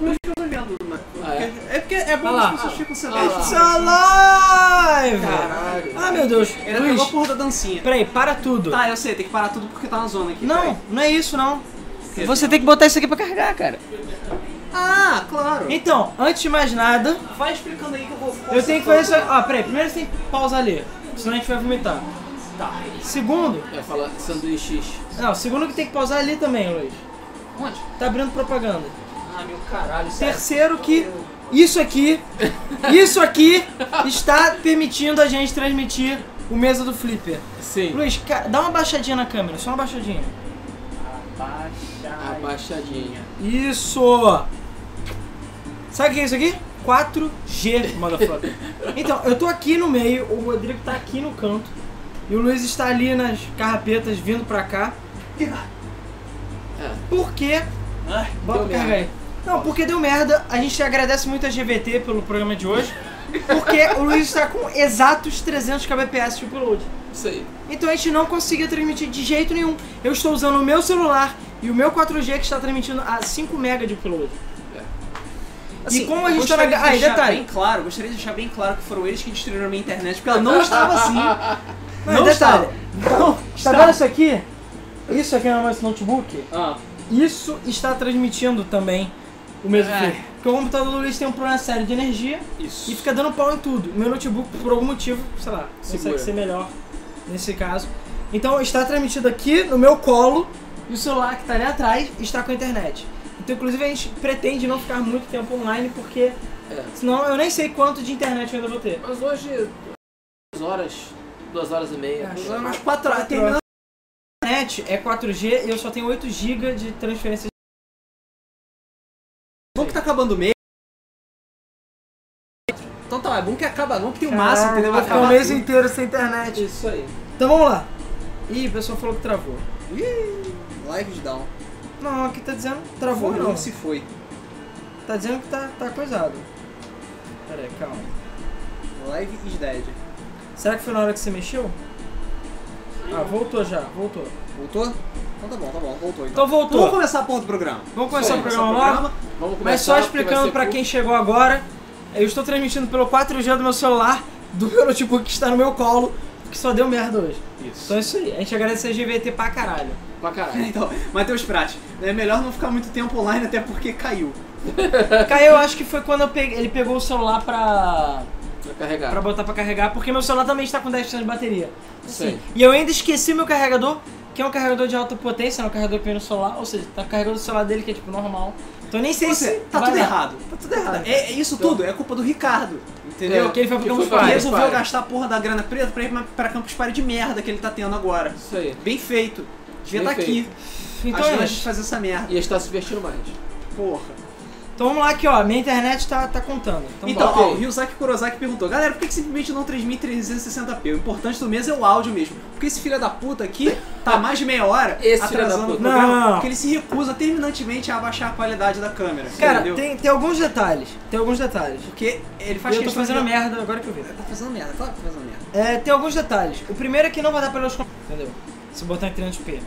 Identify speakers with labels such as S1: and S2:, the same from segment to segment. S1: meus filmes vendo, mas.
S2: Ah, é?
S1: porque- É porque é bom
S3: Ah
S1: que
S3: lá.
S1: as pessoas ficam
S2: It's
S1: sentadas.
S3: alive!
S2: Caralho.
S3: é Ah, meu Deus.
S1: Ele
S3: Luiz,
S1: pegou a porra da dancinha.
S3: peraí, para tudo.
S1: Tá, eu sei, tem que parar tudo porque tá na zona aqui.
S3: Não,
S1: peraí.
S3: não é isso, não.
S1: quê?
S3: Você tem que botar isso aqui pra carregar, cara.
S1: Ah, claro.
S3: Então, antes de mais nada,
S1: Vai explicando aí que eu vou.
S3: eu tenho que fazer isso aqui. Ó, peraí, primeiro você tem que pausar ali, senão a gente vai vomitar.
S1: Tá.
S3: Segundo,
S2: Eu ia falar sanduíche.
S3: não, segundo que tem que pausar ali também, Luiz.
S1: Onde?
S3: Tá abrindo propaganda.
S1: Ah, meu caralho, sério.
S3: Terceiro que isso aqui, isso aqui está permitindo a gente transmitir o Mesa do Flipper.
S2: Sim.
S3: Luiz, cara, dá uma baixadinha na câmera, só uma baixadinha.
S2: A baixadinha.
S3: Isso! Sabe o que é isso aqui? 4G, motherfucker. Então, eu tô aqui no meio, o Rodrigo tá aqui no canto, e o Luiz está ali nas carrapetas vindo pra cá.
S2: É.
S3: Por quê?
S1: Ai,
S3: Bota
S2: Ah, Deu
S3: o carga
S2: merda.
S3: aí. Não, porque deu merda. A gente agradece muito a GVT pelo programa de hoje. Porque o Luiz está com exatos 300 kbps de upload.
S2: Isso aí.
S3: Então a gente não conseguia transmitir de jeito nenhum. Eu estou usando o meu celular e o meu 4G que está transmitindo a 5 mega de upload. e como a gente está
S1: É. Assim, gostaria
S3: na.
S1: de
S3: Ah, e
S1: deixar
S3: detalhe.
S1: Bem claro, gostaria de deixar bem claro que foram eles que destruíram a minha internet, porque ela não estava assim.
S3: Não,
S1: Não
S3: e detalhe.
S1: Não
S3: Tá
S1: estava.
S3: vendo isso aqui? Isso aqui é o nosso notebook.
S2: Ah,
S3: Isso está transmitindo também o mesmo
S2: É.
S3: filme. Porque o computador do Luiz tem um problema sério de energia.
S2: isso.
S3: e fica dando pau em tudo. Meu notebook, por algum motivo, sei lá, consegue
S2: Segura.
S3: ser melhor nesse caso. Então está transmitido aqui no meu colo e o celular que está ali atrás está com a internet. Então, inclusive, a gente pretende não ficar muito tempo online porque
S2: É.
S3: senão eu nem sei quanto de internet eu ainda vou ter.
S2: Mas hoje, duas horas, duas horas e meia.
S3: Acho.
S2: duas horas-
S1: Umas quatro horas. Tem
S3: A internet é 4G e eu só tenho 8 GB de transferência.
S1: bom que tá acabando o mês. Então tá, é bom que acaba, não que tem o
S3: de
S1: máximo, entendeu? Vai
S3: ficar o
S1: acabar
S3: um mês
S1: tudo.
S3: inteiro sem internet.
S2: Isso aí.
S3: Então vamos lá. Ih, o pessoal falou que travou.
S1: Ih, Live de down.
S3: Não, aqui tá dizendo travou
S1: Travou
S3: não.
S2: um
S1: não se foi.
S3: Tá dizendo que tá, tá coisado. Pera aí, calma.
S1: Live is dead.
S3: Será que foi na hora que você mexeu? Ah, voltou já, voltou.
S1: Voltou? Então tá bom, tá bom, voltou então.
S3: Então voltou.
S1: Vamos começar a ponta do programa.
S3: Vamos começar
S2: Sim,
S3: o programa logo.
S2: Vamos começar.
S3: Mas só
S2: porque vai
S3: explicando
S2: ser
S3: pra
S2: cu-
S3: quem chegou agora, eu estou transmitindo pelo 4G do meu celular, do meu notebook que está no meu colo, que só deu merda hoje.
S2: Isso.
S3: Então é isso aí, a gente agradece a GVT pra caralho.
S2: Pra caralho.
S1: Então, Matheus Prat, é melhor não ficar muito tempo online até porque caiu.
S3: Caio, eu acho que foi quando eu peguei- ele pegou o celular pra,
S2: Pra carregar.
S3: pra botar pra carregar, porque meu celular também está com 10% de bateria. Assim,
S2: Sim.
S3: E eu ainda esqueci meu carregador, que é um carregador de alta potência, não é um carregador que vem no celular, ou seja, tá carregando o celular dele que é tipo normal. Então eu nem sei
S1: Ou
S3: se.
S1: seja, tá
S3: vai
S1: tudo
S3: dar.
S1: errado. Tá tudo errado. É, é isso tudo é culpa do Ricardo, entendeu?
S3: É, que ele foi pro
S2: Que
S3: Campus
S2: foi
S1: Ele
S2: pra
S3: Party.
S2: Campus
S1: resolveu
S2: Party.
S1: gastar a porra da grana preta pra ir pra- pra Campus Party de merda que ele tá tendo agora.
S2: Isso aí.
S1: Bem feito. Devia
S2: Bem
S1: estar tá aqui.
S3: Então,
S1: Então,
S3: é
S1: a
S3: isso.
S1: gente fazer essa merda.
S2: E está se divertindo mais.
S1: Porra.
S3: Então vamos lá aqui, ó. Minha internet tá, tá contando. Então,
S1: Então,
S2: bora.
S1: ó, o Ryuzaki Kurosaki perguntou, galera, por que, que simplesmente não 3360p? O importante do mês é o áudio mesmo. Porque esse filho da puta aqui tá mais de meia hora
S2: Esse
S1: atrasando
S2: filho da puta.
S1: o programa,
S3: Não, não, não.
S1: porque ele se recusa terminantemente a abaixar a qualidade da câmera.
S3: cara,
S1: entendeu?
S3: tem, tem alguns detalhes. Tem alguns detalhes.
S1: Porque ele
S3: E
S1: faz
S3: eu tô
S1: questão
S3: fazendo
S1: de...
S3: merda agora que eu vi.
S1: Tá fazendo merda, claro que tá fazendo merda.
S3: É, tem alguns detalhes. O primeiro é que não vai dar pra ler os com- Entendeu? Se botar em 300p.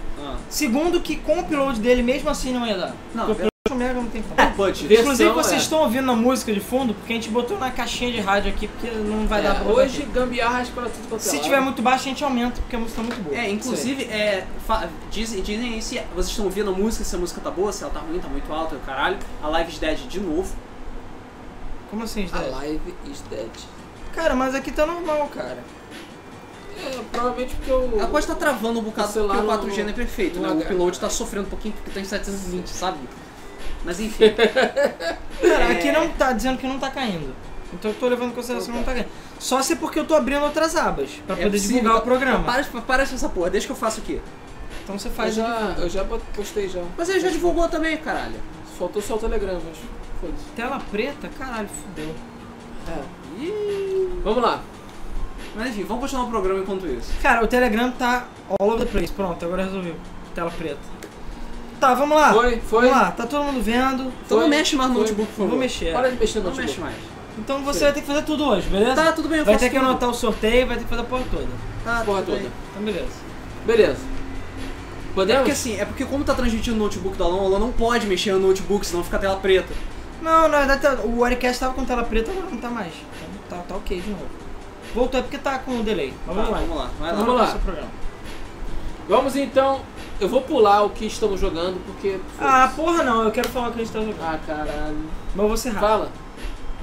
S3: Segundo, que com o upload dele mesmo assim não ia dar.
S1: Não,
S3: Porque o upload mega não tem como.
S1: Ah, Punch.
S2: Versão,
S3: Inclusive, vocês
S2: é.
S3: estão ouvindo na música de fundo, porque a gente botou na caixinha de rádio aqui, porque não vai dar
S2: É,
S3: pra
S2: hoje, gambiarras para tudo quanto é
S3: Se
S2: lado.
S3: tiver muito baixo, a gente aumenta, porque a música tá muito boa.
S1: É, inclusive, é, fa- dizem, dizem aí se vocês estão ouvindo a música, se a música tá boa, se ela tá ruim, tá muito alta, caralho. A Live is Dead de novo.
S3: Como assim,
S2: A
S3: Gisele?
S2: live is dead.
S3: Cara, mas aqui tá normal, cara.
S2: É, provavelmente porque o.
S1: Ela pode estar travando um bocado
S3: Tá
S2: O celular
S1: porque o
S2: não-
S1: 4G não é perfeito, né?
S2: não
S1: O
S2: agrada.
S1: upload tá sofrendo um pouquinho porque tá em 720, sabe? Mas enfim.
S3: Cara,
S1: É.
S3: aqui não tá dizendo que não tá caindo. Então eu tô levando em consideração que não tá caindo. Só se é porque eu tô abrindo outras abas pra
S1: É
S3: poder
S1: possível.
S3: divulgar o programa.
S1: para, de- para com essa porra, deixa que eu faço aqui.
S3: Então você
S2: Eu
S3: faz.
S2: já, eu já bot- postei já.
S1: Mas ele já divulgou também, caralho.
S2: Faltou só o Telegram, mas. Foda-se.
S3: Tela preta? Caralho, fudeu.
S2: É. Vamos lá.
S1: Mas enfim, vamos continuar o programa enquanto isso.
S3: Cara, o Telegram tá all over the place. Pronto, agora resolveu. Tela preta. Tá, vamos lá.
S2: Foi, foi.
S3: Vamos lá, tá todo mundo vendo.
S1: Então
S2: Foi,
S1: não mexe mais no
S2: foi.
S1: notebook, por favor.
S3: Vou mexer.
S2: Para de mexer no
S1: Não mexe
S2: notebook.
S1: mais.
S3: Então você
S2: Sim.
S3: vai ter que fazer tudo hoje, beleza?
S1: Tá, tudo bem, eu
S3: vai
S1: faço
S3: ter que
S1: tudo.
S3: anotar o sorteio, vai ter que fazer a porra toda.
S1: Tá,
S2: Porra
S1: tudo bem.
S2: toda.
S3: Então beleza.
S2: Beleza.
S1: É
S2: Podemos?
S1: porque assim, é porque como tá transmitindo o notebook da Lon, ela não pode mexer no notebook, senão fica tela preta.
S3: Não, na verdade o Warcast tava com tela preta, agora não tá mais. Então, Tá, tá ok de novo. Voltou é porque tá com o delay. Mas vamos lá.
S1: Vamos lá, vai lá.
S2: Vamos lá.
S3: pro programa.
S2: Vamos então. Eu vou pular o que estamos jogando, porque.
S3: Ah, porra não, eu quero falar o que a gente tá jogando.
S2: Ah, caralho.
S3: Mas eu vou ser rápido.
S2: Fala.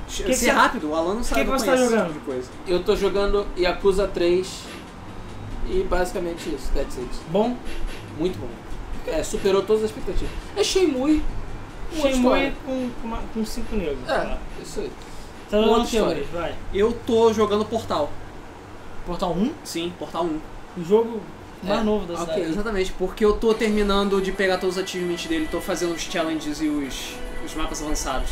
S1: Ser
S3: que que você-
S1: é rápido, o Alan não sabe
S3: que
S1: eu
S3: você tá
S1: conheço esse
S3: jogando?
S1: tipo de coisa.
S2: Eu tô jogando Yakuza 3 e basicamente isso, that's it.
S3: Bom,
S2: Muito bom. É, superou todas as expectativas. É Shenmue, uma outra
S3: Shenmue
S2: história.
S3: com, com, uma- com cinco negros. Tá
S2: É, isso aí.
S3: Tá jogando
S2: outra
S3: o que,
S2: história.
S3: Boris? vai.
S1: Eu tô jogando Portal.
S3: Portal 1?
S1: Sim, Portal 1.
S3: O jogo mais
S2: um? É,
S3: novo da
S2: ok.
S1: É,
S3: cidade.
S1: exatamente, porque eu tô terminando de pegar todos os achievements dele, tô fazendo os challenges e os, os mapas avançados.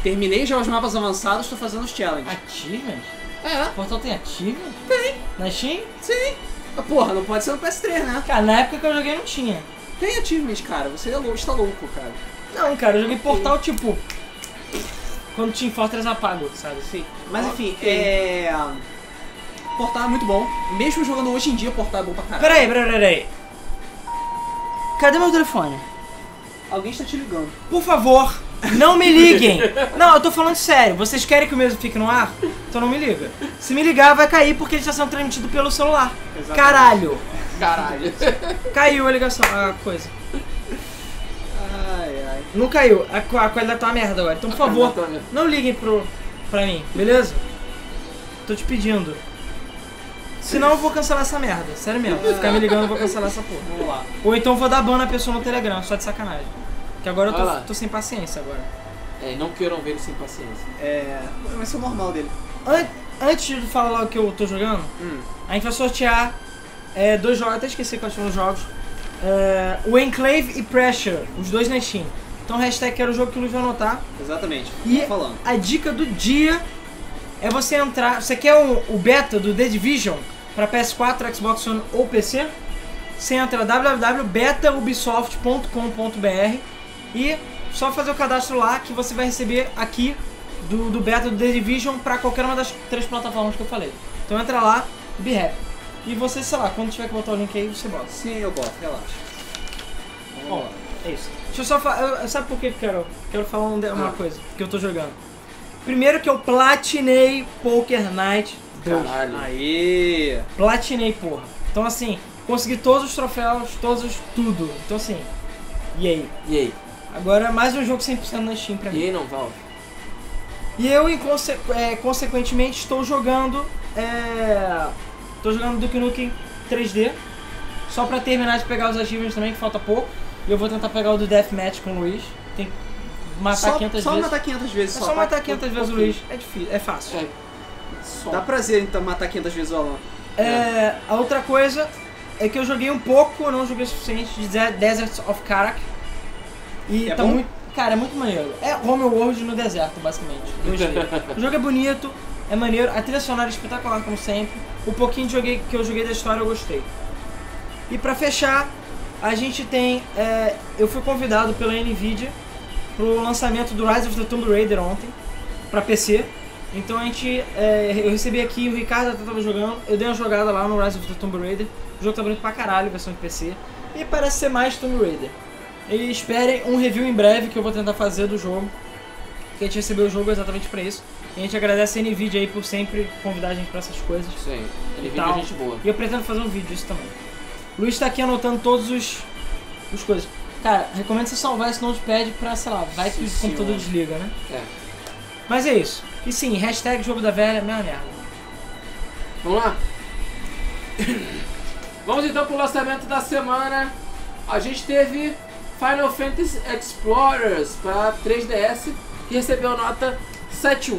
S1: Terminei já os mapas avançados, tô fazendo os challenges.
S3: Achievement?
S1: É,
S3: O Portal tem achievement? Tem. Na Steam?
S1: sim. Ah, Porra, não pode ser no PS3, né?
S3: Cara, na época que eu joguei não tinha.
S1: Tem achievements, cara. Você é louco, está louco, cara.
S3: Não, cara, eu joguei Portal tipo. Quando Team Fortress apago, sabe? assim.
S1: Sim. Mas enfim, é. Portal é muito bom. Mesmo jogando hoje em dia, Portal é bom pra caralho.
S3: Peraí, peraí, peraí. Cadê meu telefone?
S1: Alguém está te ligando.
S3: Por favor, não me liguem. Não, eu tô falando sério. Vocês querem que o mesmo fique no ar? Então não me liga. Se me ligar, vai cair porque ele está sendo transmitido pelo celular.
S1: Exatamente.
S3: Caralho.
S2: Caralho.
S3: Caiu a ligação, a coisa.
S1: Ai, ai.
S3: Não caiu. A, qua- a qualidade tá uma merda agora. Então, por favor, não liguem pro, pra mim, beleza? Tô te pedindo. Senão eu vou cancelar essa merda. Sério mesmo. Se ficar me ligando, eu vou cancelar essa porra.
S1: Vamos lá.
S3: Ou então eu vou dar ban na pessoa no Telegram, só de sacanagem. Que agora eu
S2: Vai lá.
S3: tô, tô sem paciência agora.
S2: É, não queiram ver ele sem paciência.
S1: É. Vai ser o normal dele.
S3: An- antes de falar lá o que eu tô jogando,
S1: Hum.
S3: a gente vai sortear é, dois jogos, até esqueci quais foram os jogos. É, o Enclave e Pressure, os dois na Steam. Então hashtag era o jogo que o Luiz vai anotar.
S1: Exatamente.
S3: E-
S1: Tô falando.
S3: A dica do dia é você entrar. Você quer o, o beta do The Division para PS4, Xbox One ou PC? Você entra www.betaubisoft.com.br e só fazer o cadastro lá que você vai receber aqui do, do beta do The Division para qualquer uma das três plataformas que eu falei. Então entra lá, be happy. E você, sei lá, quando tiver que botar o link aí, você bota.
S1: Sim, eu boto, relaxa. Vamos
S3: Ó,
S1: lá.
S3: é isso. Deixa eu só falar. Sabe por que, que eu quero? Quero falar um de- uma
S2: Ah.
S3: coisa que eu tô jogando. Primeiro que eu platinei Poker Night 2.
S2: Caralho.
S1: Aê!
S3: Platinei, porra. Então assim, consegui todos os troféus, todos os tudo. Então assim. E aí?
S2: E aí?
S3: Agora é mais um jogo 100% na Steam pra
S2: E
S3: mim.
S2: aí não, Val?
S3: E eu, em conse é, consequentemente, estou jogando. É... Tô jogando Duke Nukem 3D. Só pra terminar de pegar os achievements também, que falta pouco. E eu vou tentar pegar o do Deathmatch com o Luiz. Tem que matar
S1: só
S3: 500
S1: só
S3: vezes.
S1: matar 500 vezes.
S3: é só matar 500 vezes o
S1: Ok.
S3: Luiz. É difícil, é fácil.
S2: É. Só.
S1: Dá prazer então matar 500 vezes o Alan.
S3: É, a outra coisa é que eu joguei um pouco, eu não joguei o suficiente, de Ze- Deserts of Karak. E
S1: É
S3: tá
S1: bom?
S3: muito. Cara, é muito maneiro. É Homeworld no deserto, basicamente. 2D. o jogo é bonito, é maneiro, a trilha sonora é espetacular, como sempre. O pouquinho de joguei, que eu joguei da história eu gostei. E pra fechar, a gente tem. é, eu fui convidado pela Nvidia pro lançamento do Rise of the Tomb Raider ontem, pra PC. Então a gente. é, eu recebi aqui, o Ricardo até tava jogando, eu dei uma jogada lá no Rise of the Tomb Raider. O jogo tá bonito pra caralho, versão de PC. E parece ser mais Tomb Raider. E esperem um review em breve que eu vou tentar fazer do jogo. Que a gente recebeu o jogo exatamente pra isso. E a gente agradece a Nvidia aí por sempre convidar a gente pra essas coisas.
S2: Isso aí. Ele
S3: Tal.
S2: vídeo é gente boa.
S3: E eu pretendo fazer um vídeo disso também. O Luiz tá aqui anotando todos os. os coisas. Cara, recomendo você salvar esse notepad pra, sei lá, vai que
S2: Sim,
S3: o computador
S2: senhor.
S3: desliga, né?
S2: É.
S3: Mas é isso. E sim, hashtag jogo da velha, minha merda.
S2: Vamos lá? Vamos então pro lançamento da semana. A gente teve Final Fantasy Explorers para 3DS que recebeu nota 7.1.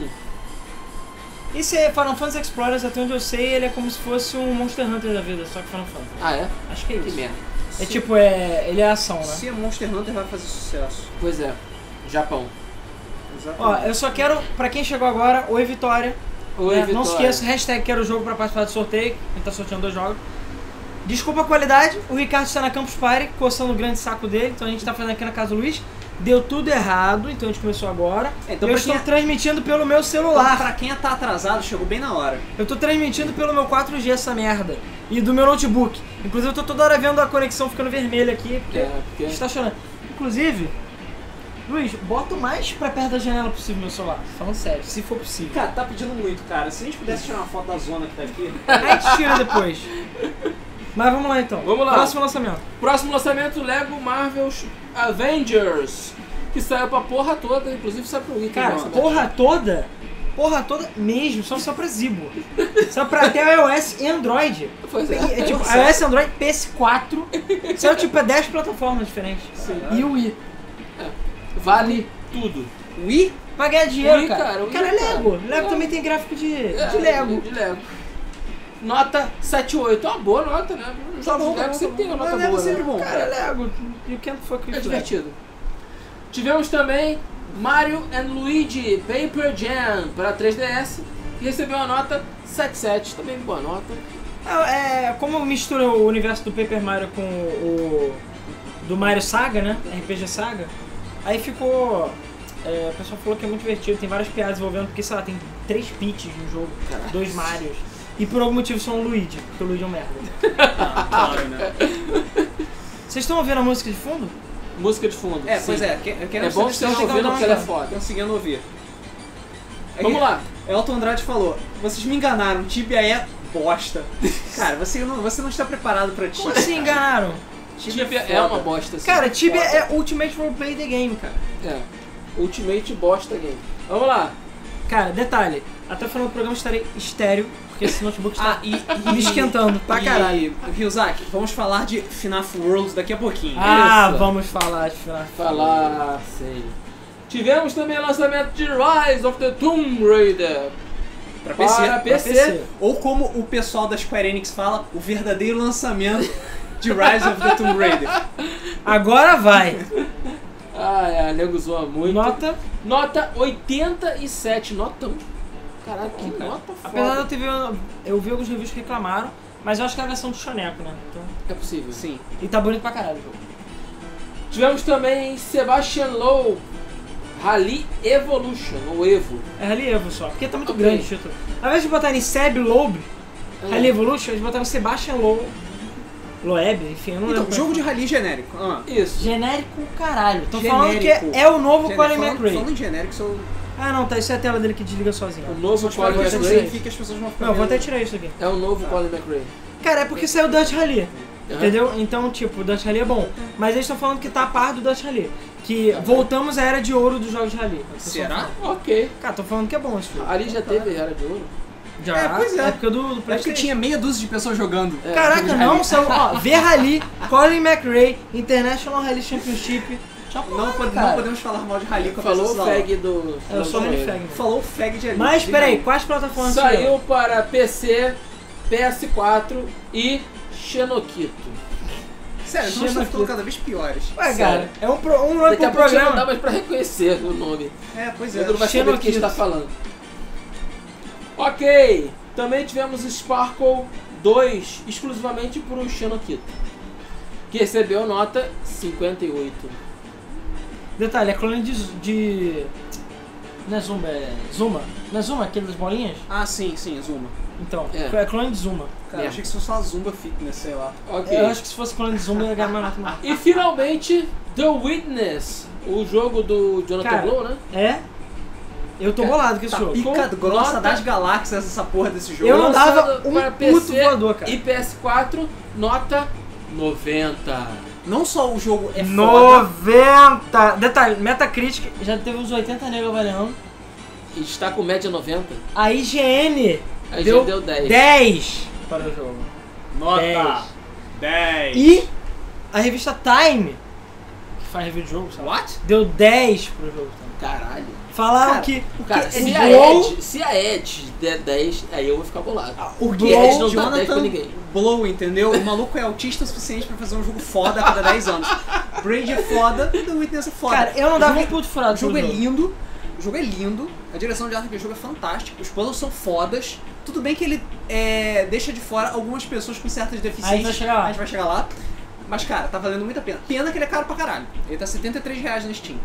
S3: Esse é Final Fantasy Explorers, até onde eu sei, ele é como se fosse um Monster Hunter da vida, só que Final Fantasy.
S2: Ah, é?
S3: Acho que é
S2: Que
S3: isso.
S2: merda.
S3: É tipo, é. Ele é ação, né?
S1: Se é Monster Hunter vai fazer sucesso.
S2: Pois é. Japão.
S3: Ó,
S1: Exatamente.
S3: eu só quero, pra quem chegou agora, oi Vitória.
S2: Oi,
S3: né?
S2: Vitória.
S3: Não esqueça, hashtag quero o jogo pra participar do sorteio. A gente tá sorteando dois jogos. Desculpa a qualidade, o Ricardo está na Campus Party, coçando o grande saco dele, então a gente tá fazendo aqui na casa do Luiz. Deu tudo errado, então a gente começou agora.
S1: Então, pra
S3: eu estou
S1: quem é-
S3: transmitindo pelo meu
S1: Então,
S3: celular.
S1: pra quem tá atrasado, chegou bem na hora.
S3: Eu tô transmitindo pelo meu 4G essa merda. E do meu notebook. Inclusive eu É. tô toda hora vendo a conexão ficando vermelha aqui, porque
S2: É, porque
S3: a gente tá chorando. Inclusive, Luiz, bota o mais pra perto da janela possível meu celular. Falando sério, se for possível.
S4: Cara, tá pedindo muito, cara. Se a gente pudesse tirar uma foto da zona que tá aqui.
S3: Aí te tira depois. Mas vamos lá então.
S2: Vamos lá.
S3: Próximo lançamento.
S2: Próximo lançamento, Lego Marvel Avengers. Que saiu pra porra toda, inclusive saiu pro Wii.
S3: Cara, porra toda? Porra toda mesmo, só, só pra Zibo. Só pra até iOS e Android.
S2: Pois
S3: É
S2: é.
S3: tipo, iOS e Android PS4. Saiu tipo pra 10 plataformas diferentes.
S2: Sim.
S3: E o Wii. É.
S2: Vale tudo.
S1: Wii?
S3: Pra ganhar dinheiro,
S2: Wii,
S3: cara.
S2: cara, Wii,
S3: cara, é
S2: cara. É,
S3: Lego. Lego também tem gráfico de, de Lego.
S2: De Lego. Nota 7,8. É uma boa nota, né? Os jogos
S3: bom,
S2: de Lego
S3: tá
S2: sempre tem uma nota
S3: Mas
S2: boa.
S3: Lego
S2: né?
S3: sempre bom.
S2: Cara,
S3: Cara, é Lego. You can't fuck with
S2: É
S3: Lego.
S2: divertido. Tivemos também Mario and Luigi Paper Jam para 3DS, que recebeu a nota 77, também boa nota.
S3: É, é, como mistura o universo do Paper Mario com o, o- do Mario Saga, né? RPG Saga, aí ficou. É, o pessoal falou que é muito divertido, tem várias piadas envolvendo, porque sei lá, tem três Peaches no jogo, dois Marios. E por algum motivo são o Luigi, porque o Luigi é um merda.
S1: Ah, claro, né?
S3: Vocês estão ouvindo a música de fundo?
S2: Música de fundo.
S1: É,
S2: sim.
S1: pois é. que- Eu quero
S2: É bom
S1: saber se
S2: que vocês
S1: estão
S2: ouviram,
S1: dando-
S2: porque ela é foda.
S1: Conseguindo ouvir. É
S2: Vamos
S1: que
S2: lá.
S1: Elton Andrade falou, vocês me enganaram, Tibia é bosta. Cara, você não, você não está preparado pra
S3: Como
S1: Tibia.
S3: assim
S1: cara.
S3: enganaram?
S1: Tibia,
S2: Tibia
S1: é,
S2: é uma
S1: foda.
S2: bosta. Assim.
S3: Cara, Tibia é Ultimate Roleplay The Game, cara.
S2: É. Ultimate bosta game. Vamos lá.
S3: Cara, detalhe, até o final do programa estarei estéreo, porque esse notebook está
S1: Ah, e,
S3: me
S1: e
S3: esquentando pra caralho.
S1: E, Ryuzaki, vamos falar de FNAF World daqui a pouquinho.
S3: Ah,
S2: isso.
S3: vamos falar de final.
S2: Falar, sei. Tivemos também o lançamento de Rise of the Tomb Raider.
S1: Pra PC,
S2: Para
S1: pra
S2: PC.
S1: Ou como o pessoal da Square Enix fala, o verdadeiro lançamento de Rise of the Tomb Raider.
S3: Agora vai.
S2: Ah, é, nego zoa muito.
S3: Nota,
S2: Nota 87, notão. Caralho, que um. nota foda.
S3: apesar de eu ter vi, eu vi alguns reviews que reclamaram, mas eu acho que é a versão do Choneco, né? Então,
S2: É possível.
S1: Sim.
S3: e tá bonito pra caralho o jogo.
S2: Tivemos também Sebastian Lowe, Rally Evolution, ou Evo.
S3: É Rally Evo só, porque tá muito
S2: Ok.
S3: grande o título. Ao invés de botarem Seb Loeb, Rally Evolution, eles botaram Sebastian Loeb. Loeb, enfim, eu não
S1: Então,
S3: lembro.
S1: jogo de rally genérico. Ah,
S2: Isso.
S3: Genérico caralho. Tô falando
S1: Genérico.
S3: que é o novo Colin
S1: genérico. Falando,
S3: McRae.
S1: falando em genérico, sou...
S3: Ah não, tá, isso é a tela dele que desliga
S2: O
S3: sozinho.
S2: novo
S1: espero
S2: Colin
S1: que isso não signifique
S2: McRae.
S1: que as pessoas vão ficar
S3: Não, vou
S1: vendo.
S3: até tirar isso aqui.
S2: É o novo Colin McRae.
S3: Cara, é porque saiu o Dutch Rally. Entendeu? Então, tipo, o Dutch Rally é bom. Mas eles estão falando que tá a par do Dutch Rally. Que voltamos à era de ouro dos jogos de rally. É o que vocês estão
S1: Será?
S3: falando.
S2: Ok.
S3: Cara, tô falando que é bom esse jogo.
S2: Ali já teve Era de Ouro?
S3: Já.
S1: É, pois é.
S3: É porque do, do
S1: É porque
S3: PlayStation.
S1: tinha meia dúzia de pessoas jogando.
S2: É,
S3: Caraca, não, são, ó, V Rally, Colin McRae, International Rally Championship. Tchau,
S1: Não,
S3: porra,
S1: pode- não
S3: cara.
S1: podemos falar mal de rally com a
S2: Falou
S1: pessoa
S2: o
S1: lá.
S2: fag do...
S3: Eu
S2: do
S3: sou
S2: Colin.
S3: Manifag.
S1: Falou o fag de rally.
S3: Mas
S1: de
S3: peraí,
S1: rally.
S3: quais plataformas
S2: Saiu para PC, PS4 e Xenoquito.
S1: Sério, então estão
S3: Chama
S1: ficando
S3: aqui.
S1: cada vez piores.
S3: Ué,
S2: Sério.
S3: cara, é um, pro, um nome
S2: Daqui
S3: pro
S2: a pouco já não dá
S3: programa.
S2: mais pra reconhecer o nome.
S1: É, pois é.
S2: Pedro vai saber do que a gente tá falando. Ok, também tivemos Sparkle 2, exclusivamente por um Xenoquito, que recebeu nota 58.
S3: Detalhe, é clone de, de. Não é Zumba, é. Zuma. Não é Zuma, aquele das bolinhas?
S1: Ah, sim, sim, Zuma.
S3: Então,
S2: É.
S3: é clone de Zuma.
S1: Cara,
S2: É.
S1: achei que isso fosse só Zumba Fitness, sei lá.
S2: Ok.
S3: Eu acho que se fosse clone de Zuma, eu ia ganhar mais nota.
S2: E finalmente, The Witness, o jogo do Jonathan
S3: Cara,
S2: Blow, né?
S3: É? Eu tô bolado com esse
S1: Tá
S3: jogo.
S1: pica
S2: Com
S1: grossa
S2: nota-
S1: das galáxias essa porra desse jogo.
S3: Eu não
S2: Lançado
S3: dava um
S2: para
S3: puto
S2: PC
S3: voador, cara.
S2: E PS4, nota 90.
S1: Não só o jogo é foda,
S3: 90! Detalhe, Metacritic já teve uns 80 negros avaliando.
S2: E está tá com média 90.
S3: A IGN
S2: Aí
S3: deu,
S2: já deu 10.
S3: 10 para o jogo.
S1: nota 10.
S3: E a revista Time, que faz review de jogo, sabe?
S1: What?
S3: Deu 10 pro jogo também.
S2: Caralho.
S3: Falaram
S1: Cara, é
S3: que o
S2: Cara,
S3: que
S2: se a,
S3: Blow-
S2: Ed, se a Ed der 10, aí eu vou ficar bolado.
S3: o
S1: Que
S2: Blow-
S1: é
S2: não
S3: Blow,
S2: dá 10 pra
S1: Jonathan
S2: ninguém.
S1: Blow, entendeu? O maluco é autista o suficiente pra fazer um jogo foda a cada 10 anos. Braid é foda, The Witness é foda.
S3: cara, eu não dava
S1: O
S3: um
S1: jogo,
S3: puto furado
S1: o
S3: pro
S1: jogo é lindo, o jogo é lindo, a direção de arte do jogo é fantástica, os puzzles são fodas. Tudo bem que ele é, deixa de fora algumas pessoas com certas deficiências.
S3: A gente vai chegar lá.
S1: A gente vai chegar lá. Mas, cara, tá valendo muito a pena. Pena que ele é caro pra caralho. Ele tá R$ 73 reais na Steam.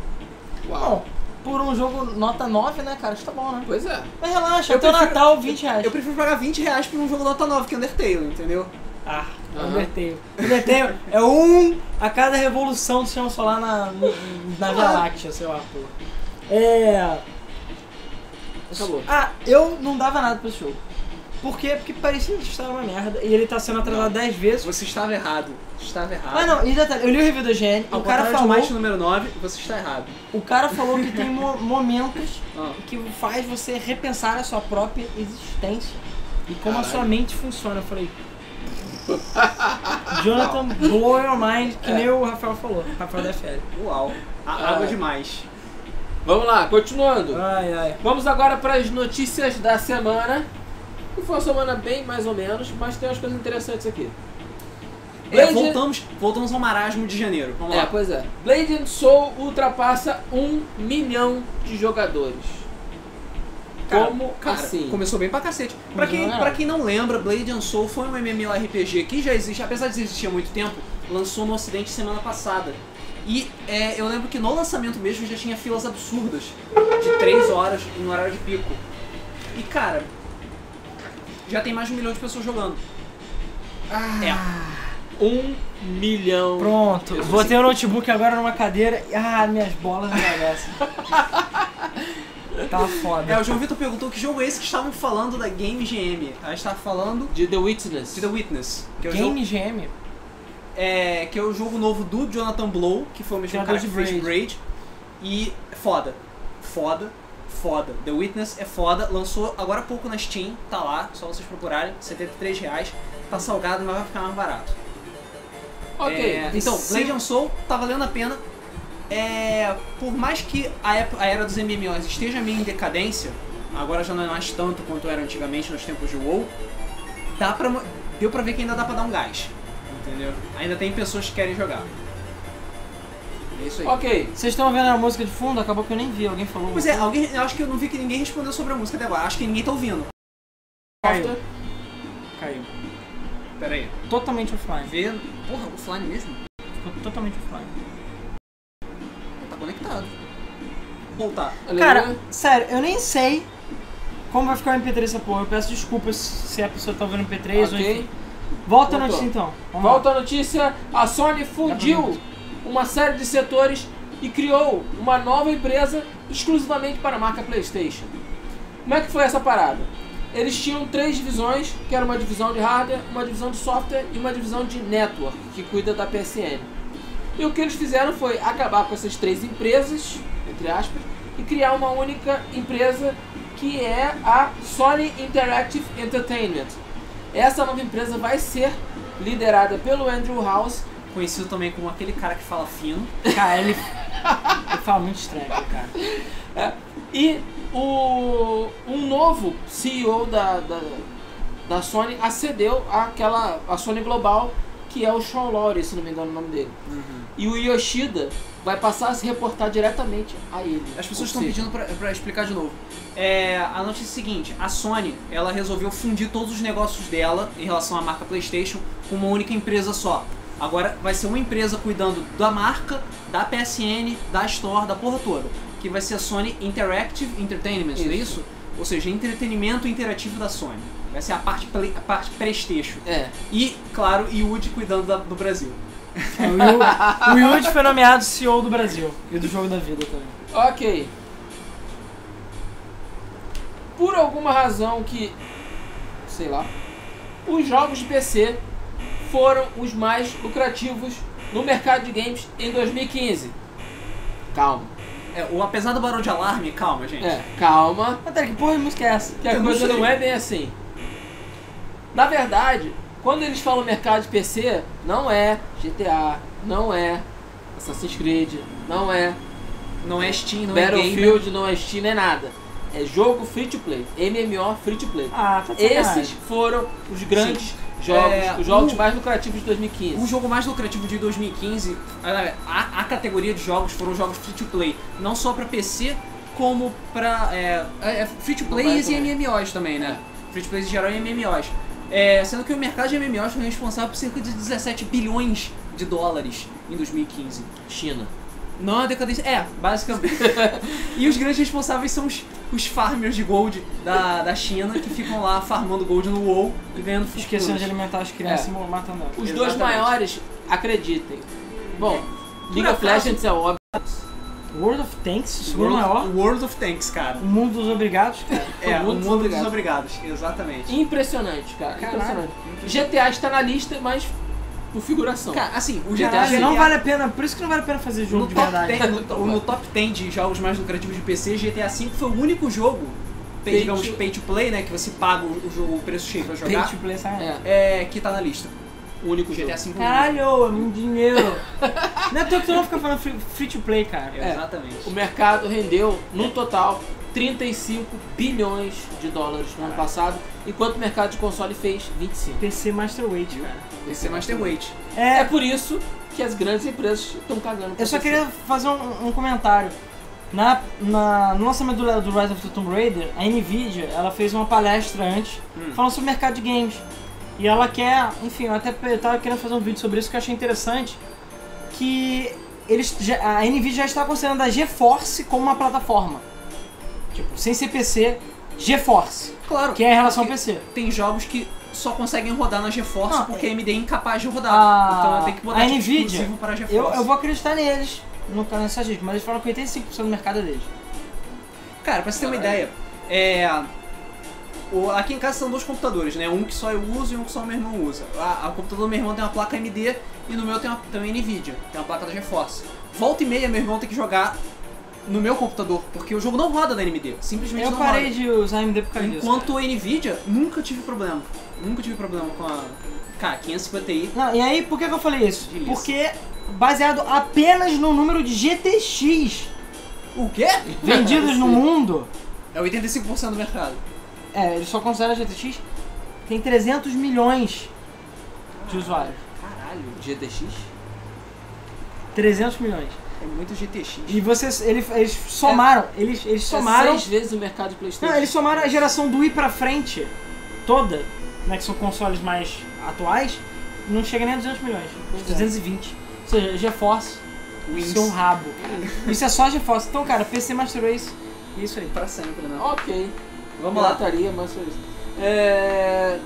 S2: Uau.
S3: Bom, por um jogo nota 9, né, cara? Isso tá bom, né?
S2: Pois é.
S3: Mas relaxa,
S1: Eu
S3: até o
S1: prefiro-
S3: Natal, 20 reais.
S1: Eu prefiro pagar 20 reais por um jogo nota 9 que Undertale, é entendeu?
S3: Ah, É Undertale. Undertale é um a cada revolução do sistema solar na, na galáxia, sei lá, pô. É.
S2: Acabou.
S3: Ah, eu não dava nada pra esse jogo. Por quê? Porque parecia que estava uma merda e ele tá sendo atrasado 10 vezes.
S1: Você estava errado. Você estava errado.
S3: Ah, não, e detalhe, eu li o review da GN,
S1: Ao
S3: o
S1: contrário
S3: cara,
S1: tá de
S3: falou,
S1: Might número 9, você está errado.
S3: o cara falou que tem mo- momentos
S1: Ah.
S3: que faz você repensar a sua própria existência e como a
S2: Caralho.
S3: sua mente funciona. Eu falei. Jonathan, blow your mind,
S1: É.
S3: que nem o Rafael falou. Rafael da FL.
S1: Uau. A-
S2: Ah.
S1: Água demais.
S2: Vamos lá,
S1: É.
S2: continuando.
S3: Ai, ai.
S2: Vamos agora para as notícias da semana. Que foi uma semana bem mais ou menos, mas tem umas coisas interessantes aqui.
S1: É,
S2: Blade-
S1: voltamos, voltamos ao marasmo de janeiro. Vamos
S2: É,
S1: lá.
S2: pois é. Blade and Soul ultrapassa um milhão de jogadores.
S1: Cara,
S2: Como
S1: cara,
S2: assim?
S1: Começou bem pra cacete. Pra quem,
S3: Não é?
S1: pra quem não lembra, Blade and Soul foi um MMORPG que já existe, apesar de existir há muito tempo, lançou no ocidente semana passada. E é, eu lembro que no lançamento mesmo já tinha filas absurdas, de 3 horas no horário de pico. E cara, já tem mais de um milhão de pessoas jogando.
S2: Um milhão.
S3: Pronto,
S2: Eu
S3: botei o notebook agora numa cadeira e. Ah, minhas bolas não agradecem. tá
S1: É,
S3: foda.
S1: o João Vitor perguntou que jogo é esse que estavam falando da Game GM. A gente estava falando
S2: De The Witness.
S1: de The Witness, que é o jogo
S3: Game GM?
S1: é, que é o jogo novo do Jonathan Blow, que foi o mesmo
S3: Criador
S1: cara que
S3: de
S1: fez Braid. E é foda. Foda. Foda. The Witness é foda. Lançou agora há pouco na Steam. Tá lá. Só vocês procurarem. R$ 73 reais. Tá salgado, mas vai ficar mais barato.
S2: Ok.
S1: É, então,
S3: Sim.
S1: Blade and Soul tá valendo a pena. É, por mais que a, ép- a era dos MMOs esteja meio em decadência, agora já não é mais tanto quanto era antigamente nos tempos de WoW, dá pra, mo- deu pra ver que ainda dá pra dar um gás. Entendeu? Ainda tem pessoas que querem jogar. É isso aí.
S2: Ok.
S3: Vocês estão vendo a música de fundo? Acabou que eu nem vi, alguém falou.
S1: Pois é, alguém, eu acho que eu não vi que ninguém respondeu sobre a música até agora. Acho que ninguém tá ouvindo.
S3: Caiu. Caiu.
S1: Pera aí.
S3: Totalmente offline.
S1: Vê. Porra, offline mesmo?
S3: Ficou totalmente offline.
S1: Tá conectado. Voltar.
S3: Cara,
S2: Aleluia.
S3: sério, eu nem sei como vai ficar o MP3 essa porra. Eu peço desculpas se a pessoa tá ouvindo o MP3 ou
S2: ok.
S3: enfim. Volta a
S2: Voltou.
S3: notícia então. Vamos lá.
S2: Volta a notícia. A Sony fundiu uma série de setores e criou uma nova empresa exclusivamente para a marca PlayStation. Como é que foi essa parada? Eles tinham três divisões, que era uma divisão de hardware, uma divisão de software e uma divisão de network, que cuida da PSN. E o que eles fizeram foi acabar com essas três empresas, entre aspas, e criar uma única empresa que é a Sony Interactive Entertainment. Essa nova empresa vai ser liderada pelo Andrew House.
S1: Conhecido também como aquele cara que fala fino.
S3: Cara, ele. ele fala muito estranho, cara.
S2: é, e o, um novo CEO da, da, da Sony acedeu àquela, à Sony Global, que é o Sean Lowry, se não me engano o nome dele.
S1: Uhum.
S2: E o Yoshida vai passar a se reportar diretamente a ele.
S1: As pessoas
S2: Ou
S1: estão
S2: seja,
S1: pedindo pra, pra explicar de novo. É, a notícia é a seguinte: a Sony ela resolveu fundir todos os negócios dela em relação à marca PlayStation com uma única empresa só. Agora vai ser uma empresa cuidando da marca, da PSN, da Store, da porra toda. Que vai ser a Sony Interactive Entertainment, não é
S2: Isso.
S1: isso? Ou seja, entretenimento interativo da Sony. Vai ser a parte, play- a parte PlayStation.
S2: É.
S1: E, claro, Yuji cuidando da- do Brasil.
S3: É O Yu- O Yuji foi nomeado CEO do Brasil e do jogo da vida também.
S2: Ok. Por alguma razão que. sei lá. Os jogos de PC foram os mais lucrativos no mercado de games em 2015. Calma.
S1: É, o, apesar do barulho de alarme, calma, gente.
S2: É, calma.
S3: Mas pera, que porra de música é essa?
S2: Que a
S1: Eu não
S2: coisa
S1: sei.
S2: não é bem assim. Na verdade, quando eles falam mercado de PC, não é GTA, não é Assassin's Creed, não é
S1: Não é Steam, não é game.
S2: Battlefield, não é Steam, não é nada. É jogo free to play, MMO free to play.
S3: Ah, tá de sacanagem.
S2: Esses foram os grandes jogos,
S1: É,
S2: os jogos
S1: o-
S2: mais lucrativos de 2015.
S1: O jogo mais lucrativo de 2015, é, a, a categoria de jogos foram jogos free to play, não só pra PC, como pra. É, é, free to play
S2: Mobile
S1: e
S2: também.
S1: MMOs também, né? Free to play em geral e MMOs. É, sendo que o mercado de MMOs foi responsável por cerca de 17 bilhões de dólares em 2015.
S2: China.
S1: Não é uma decadência. É, basicamente. e os grandes responsáveis são os, os farmers de gold da, da China que ficam lá farmando gold no WoW e ganhando fortunas.
S3: Esquecendo de alimentar as crianças
S2: É.
S3: e matando elas.
S2: Os
S1: Exatamente.
S2: dois maiores, acreditem. Bom, League of
S1: acaso-
S2: Legends é óbvio.
S3: World of Tanks, o segundo
S1: World,
S3: maior.
S1: World of Tanks, cara.
S3: O mundo dos obrigados, cara.
S1: É, o
S2: Mundo dos
S1: mundo dos obrigados,
S3: Então,
S1: exatamente.
S2: Impressionante, cara.
S3: Caralho.
S2: Impressionante. GTA está na lista, mas por figuração.
S1: Cara, assim, o
S2: GTA
S1: GTA,
S3: Porque
S2: seria-
S3: não vale a pena, por isso que não vale a pena fazer jogo
S1: no
S3: de
S1: top,
S3: verdade.
S1: 10, no, to- no top 10 de jogos mais lucrativos de PC, GTA V foi o único jogo, pay,
S2: Pay
S1: digamos,
S2: to-
S1: pay to play, né? Que você paga o, jogo, o preço cheio pra
S3: Pay
S1: jogar,
S3: to play, sabe?
S2: É,
S1: é, que tá na lista.
S2: o único jogo.
S1: GTA V.
S3: Caralho, é muito dinheiro. não é à toa que tu não fica falando free, free to play, cara.
S1: É, Exatamente.
S2: O mercado rendeu, no total, 35 bilhões de dólares no ano passado, enquanto o mercado de console fez 25.
S3: PC Master Wage, cara.
S1: Esse é Master Weight.
S2: É
S3: É,
S2: por isso que as grandes empresas estão cagando. pra
S3: eu só
S2: você.
S3: queria fazer um, um comentário. Na, na- no lançamento do, do Rise of the Tomb Raider, a Nvidia ela fez uma palestra antes
S1: Hum.
S3: falando sobre o mercado de games. E ela quer, enfim, eu até eu tava querendo fazer um vídeo sobre isso que eu achei interessante, que eles já- a Nvidia já está considerando a GeForce como uma plataforma. Tipo, sem ser PC, GeForce,
S1: Claro.
S3: que é em relação ao
S1: porque
S3: PC.
S1: Tem jogos que só conseguem rodar na GeForce
S3: Não,
S1: porque a AMD é incapaz de rodar.
S3: a-
S1: então ela tem que botar
S3: a
S1: tipo,
S3: Nvidia,
S1: exclusivo para a GeForce.
S3: Eu, eu vou acreditar neles, no canal dessa gente, mas eles falam que 85% do mercado é deles.
S1: Cara, pra você ter uma
S2: Caralho.
S1: ideia, é. o- aqui em casa são dois computadores, né? Um que só eu uso e um que só meu irmão usa. A, a- o computador do meu irmão tem uma placa AMD e no meu tem uma, tem uma Nvidia, tem uma placa da GeForce. Volta e meia, meu irmão tem que jogar no meu computador, porque o jogo não roda na AMD. Simplesmente
S3: Eu
S1: não
S3: parei
S1: roda.
S3: de usar AMD por causa disso.
S1: Enquanto a Nvidia, nunca tive problema. Nunca tive problema com a. Cara, 550 Ti.
S3: Não, e aí, por que, que eu falei isso?
S1: Delícia.
S3: Porque baseado apenas no número de GTX
S1: O quê?
S3: vendidos no mundo,
S1: É 85% do mercado.
S3: é, eles só consideram GTX, tem 300 milhões de usuários.
S1: Caralho,
S2: GTX?
S3: 300 milhões.
S1: é muito GTX.
S3: E vocês, ele- eles somaram, eles, eles somaram...
S2: É seis vezes o mercado de Playstation.
S3: Não, Ah, eles somaram a geração do Wii pra frente toda, né, que são consoles mais atuais, não chega nem a 200 milhões.
S2: Pois é.
S3: 220. Ou seja, a GeForce,
S1: Wins.
S3: seu rabo. Isso é só a GeForce. Então, cara, PC Master Race, isso aí.
S1: Pra sempre, né?
S2: Ok.
S1: Vamos lá.
S2: Pirataria, mas foi isso. É...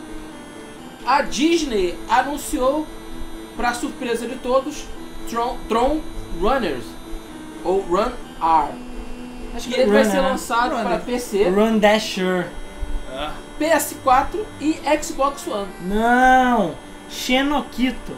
S2: A Disney anunciou, para surpresa de todos, Tron, Tron Runners, ou Run R.
S3: Acho
S2: E ele vai
S3: Run,
S2: ser
S3: né?
S2: lançado
S1: Runner.
S2: para PC,
S3: Run Dasher.
S1: Ah.
S2: PS4 e Xbox One.
S3: Não! Xenoquito.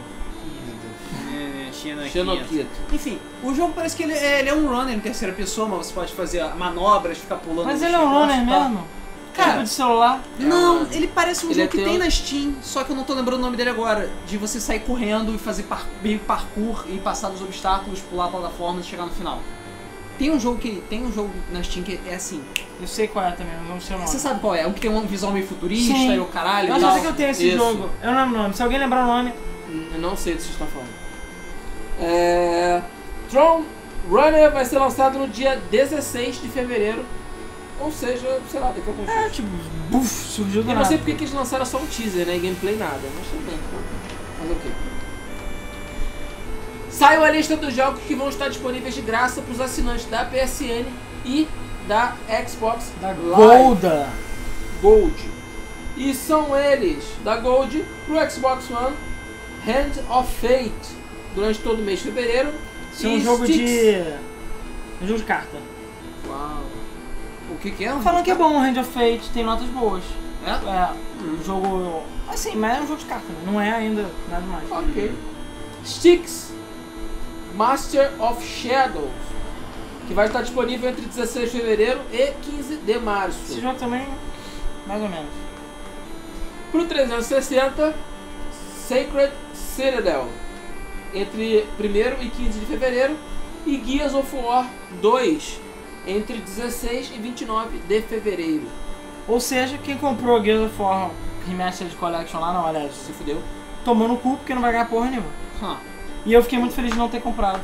S1: É, Xena aqui.
S2: Xenoquito.
S1: Enfim, o jogo parece que ele é, ele é um runner em terceira pessoa, mas você pode fazer manobras, ficar pulando.
S3: Mas
S1: nos
S3: ele é um
S1: negócios
S3: runner
S1: e
S2: tá.
S1: tal.
S3: mesmo?
S1: Cara-
S3: Tipo de celular?
S1: Não, ele parece um
S2: Ele
S1: jogo
S2: é
S1: que
S2: teu-
S1: tem na Steam, só que eu não tô lembrando o nome dele agora. De você sair correndo e fazer par... meio parkour e passar nos obstáculos, pular plataformas e chegar no final. Tem um jogo que. Tem um jogo na Steam que é assim.
S3: Eu sei qual é também, mas não sei o nome.
S1: Você sabe qual é? O que tem um visual meio futurista
S3: Sim.
S1: e o caralho
S3: Eu
S1: e
S3: já
S1: tal.
S3: sei que eu tenho esse
S2: Isso.
S3: jogo. Eu não lembro o nome. Se alguém lembrar o nome,
S2: Eu não sei do que vocês estão falando. É... Tron Runner vai ser lançado no dia 16 de fevereiro. Ou seja, sei lá, daqui a pouco.
S3: é tipo, buf, surgiu do
S2: Eu não
S3: nada.
S2: sei porque que eles lançaram só um teaser, né? E gameplay nada. Mas tudo bem. Fazer o quê? Saiu a lista dos jogos que vão estar disponíveis de graça para os assinantes da PSN e da Xbox
S3: Da
S2: Live
S3: Golda.
S2: Gold. E são eles, da Gold pro Xbox One, Hand of Fate, durante todo o mês de fevereiro.
S3: Isso é um
S2: e
S3: jogo
S2: Styx.
S3: de. Um jogo de carta.
S2: Uau.
S1: O que, que é?
S3: Falam que é bom o Hand of Fate, tem notas boas.
S1: É?
S3: É, um jogo. Assim, mas é um jogo de carta, né? não é ainda nada mais.
S2: Ok. Styx Master of Shadows, que vai estar disponível entre 16 de fevereiro e 15 de
S3: Esse
S2: março.
S3: jogo também, mais ou menos.
S2: Pro 360, Sacred Citadel, entre 1 e 15 de fevereiro. E Gears of War 2, entre 16 e 29 de fevereiro.
S3: Ou seja, quem comprou Gears of War Remastered Collection lá, não, aliás,
S2: Se fudeu.
S3: tomou no cu porque não vai ganhar porra nenhuma.
S1: Hã,
S3: E eu fiquei muito feliz de não ter comprado.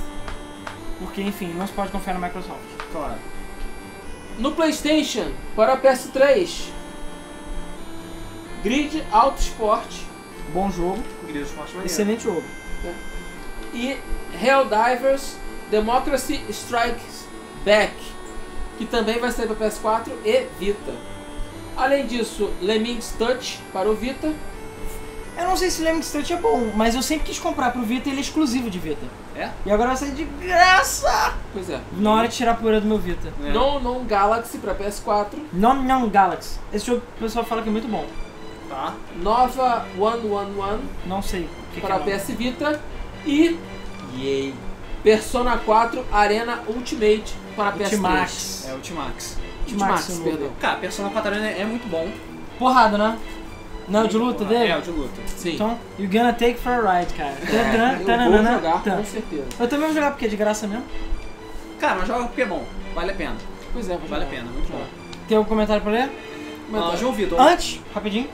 S3: Porque, enfim, não se pode confiar na Microsoft.
S1: claro.
S2: No PlayStation, para a PS3, Grid Auto Sport
S3: Bom jogo,
S1: Grilhos forte maneiro.
S3: excelente jogo.
S2: e Helldivers Democracy Strikes Back, que também vai sair para PS4 e Vita. Além disso, Lemmings Touch para o Vita.
S3: Eu não sei se Lemmings Touch é bom, mas eu sempre quis comprar pro Vita e ele é exclusivo de Vita.
S1: É?
S3: E agora vai sair de graça!
S2: Pois é.
S3: Na hora de tirar a poeira do meu Vita.
S1: É.
S2: Non Non Galaxy para PS4.
S3: Non Non Galaxy. Esse jogo o pessoal fala que é muito bom.
S1: Tá.
S2: Nova 111
S3: Não sei o que, que é.
S2: para
S3: não.
S2: PS Vita. E
S1: Yay.
S2: Persona 4 Arena Ultimate para PS3.
S3: Ultimax.
S1: É o Ultimax.
S3: Ultimax,
S2: Ultimax,
S3: eu
S2: perdão.
S1: Cara, Persona 4 Arena é muito bom.
S3: Porrada, né? Não, é o de luta dele?
S1: É, o de luta.
S2: Sim. É,
S3: Então, you gonna take for a ride, cara.
S1: É,
S3: Tananã,
S2: eu vou
S3: tananã,
S2: jogar,
S3: tan.
S2: com certeza.
S3: Eu também vou jogar porque é de graça mesmo.
S1: Cara, mas joga porque é bom. Vale a pena.
S2: Pois é, vou
S1: Vale a
S2: jogar.
S1: pena, muito bom.
S3: Tem algum comentário pra ler?
S2: Mas
S1: Ah,
S2: tá.
S1: João Vitor.
S3: Antes, rapidinho.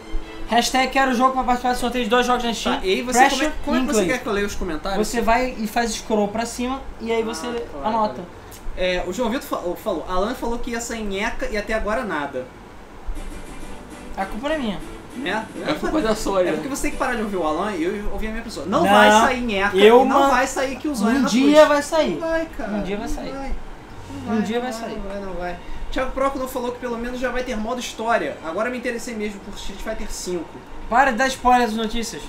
S3: Hashtag quero o jogo pra participar do sorteio de dois jogos na Steam.
S1: Tá, e aí você, como
S3: Pressure
S1: é, como é
S3: e
S1: que você
S3: inglês.
S1: quer que eu leia os comentários?
S3: Você vai e faz scroll pra cima e aí você
S1: Ah, claro,
S3: anota.
S1: É, o João Vitor fa- falou, Alan falou que ia sair nheca e até agora nada.
S3: A culpa não é minha.
S1: Né?
S2: É culpa da Sony.
S1: É porque você tem que parar de ouvir o Alan e eu ouvir a minha pessoa. Não,
S3: Não,
S1: vai sair nheca
S3: eu
S1: e não
S3: man-
S1: vai sair que o Zônia
S3: Um
S1: na
S3: dia
S1: Twitch.
S3: vai sair.
S1: Não vai, cara.
S3: Um dia vai
S1: Não
S3: sair.
S1: Não
S3: Um dia vai
S1: não
S3: sair.
S1: Não vai, não vai. Thiago Próculo falou que pelo menos já vai ter modo história. Agora me interessei mesmo por Street Fighter V.
S3: Para de dar spoiler das notícias.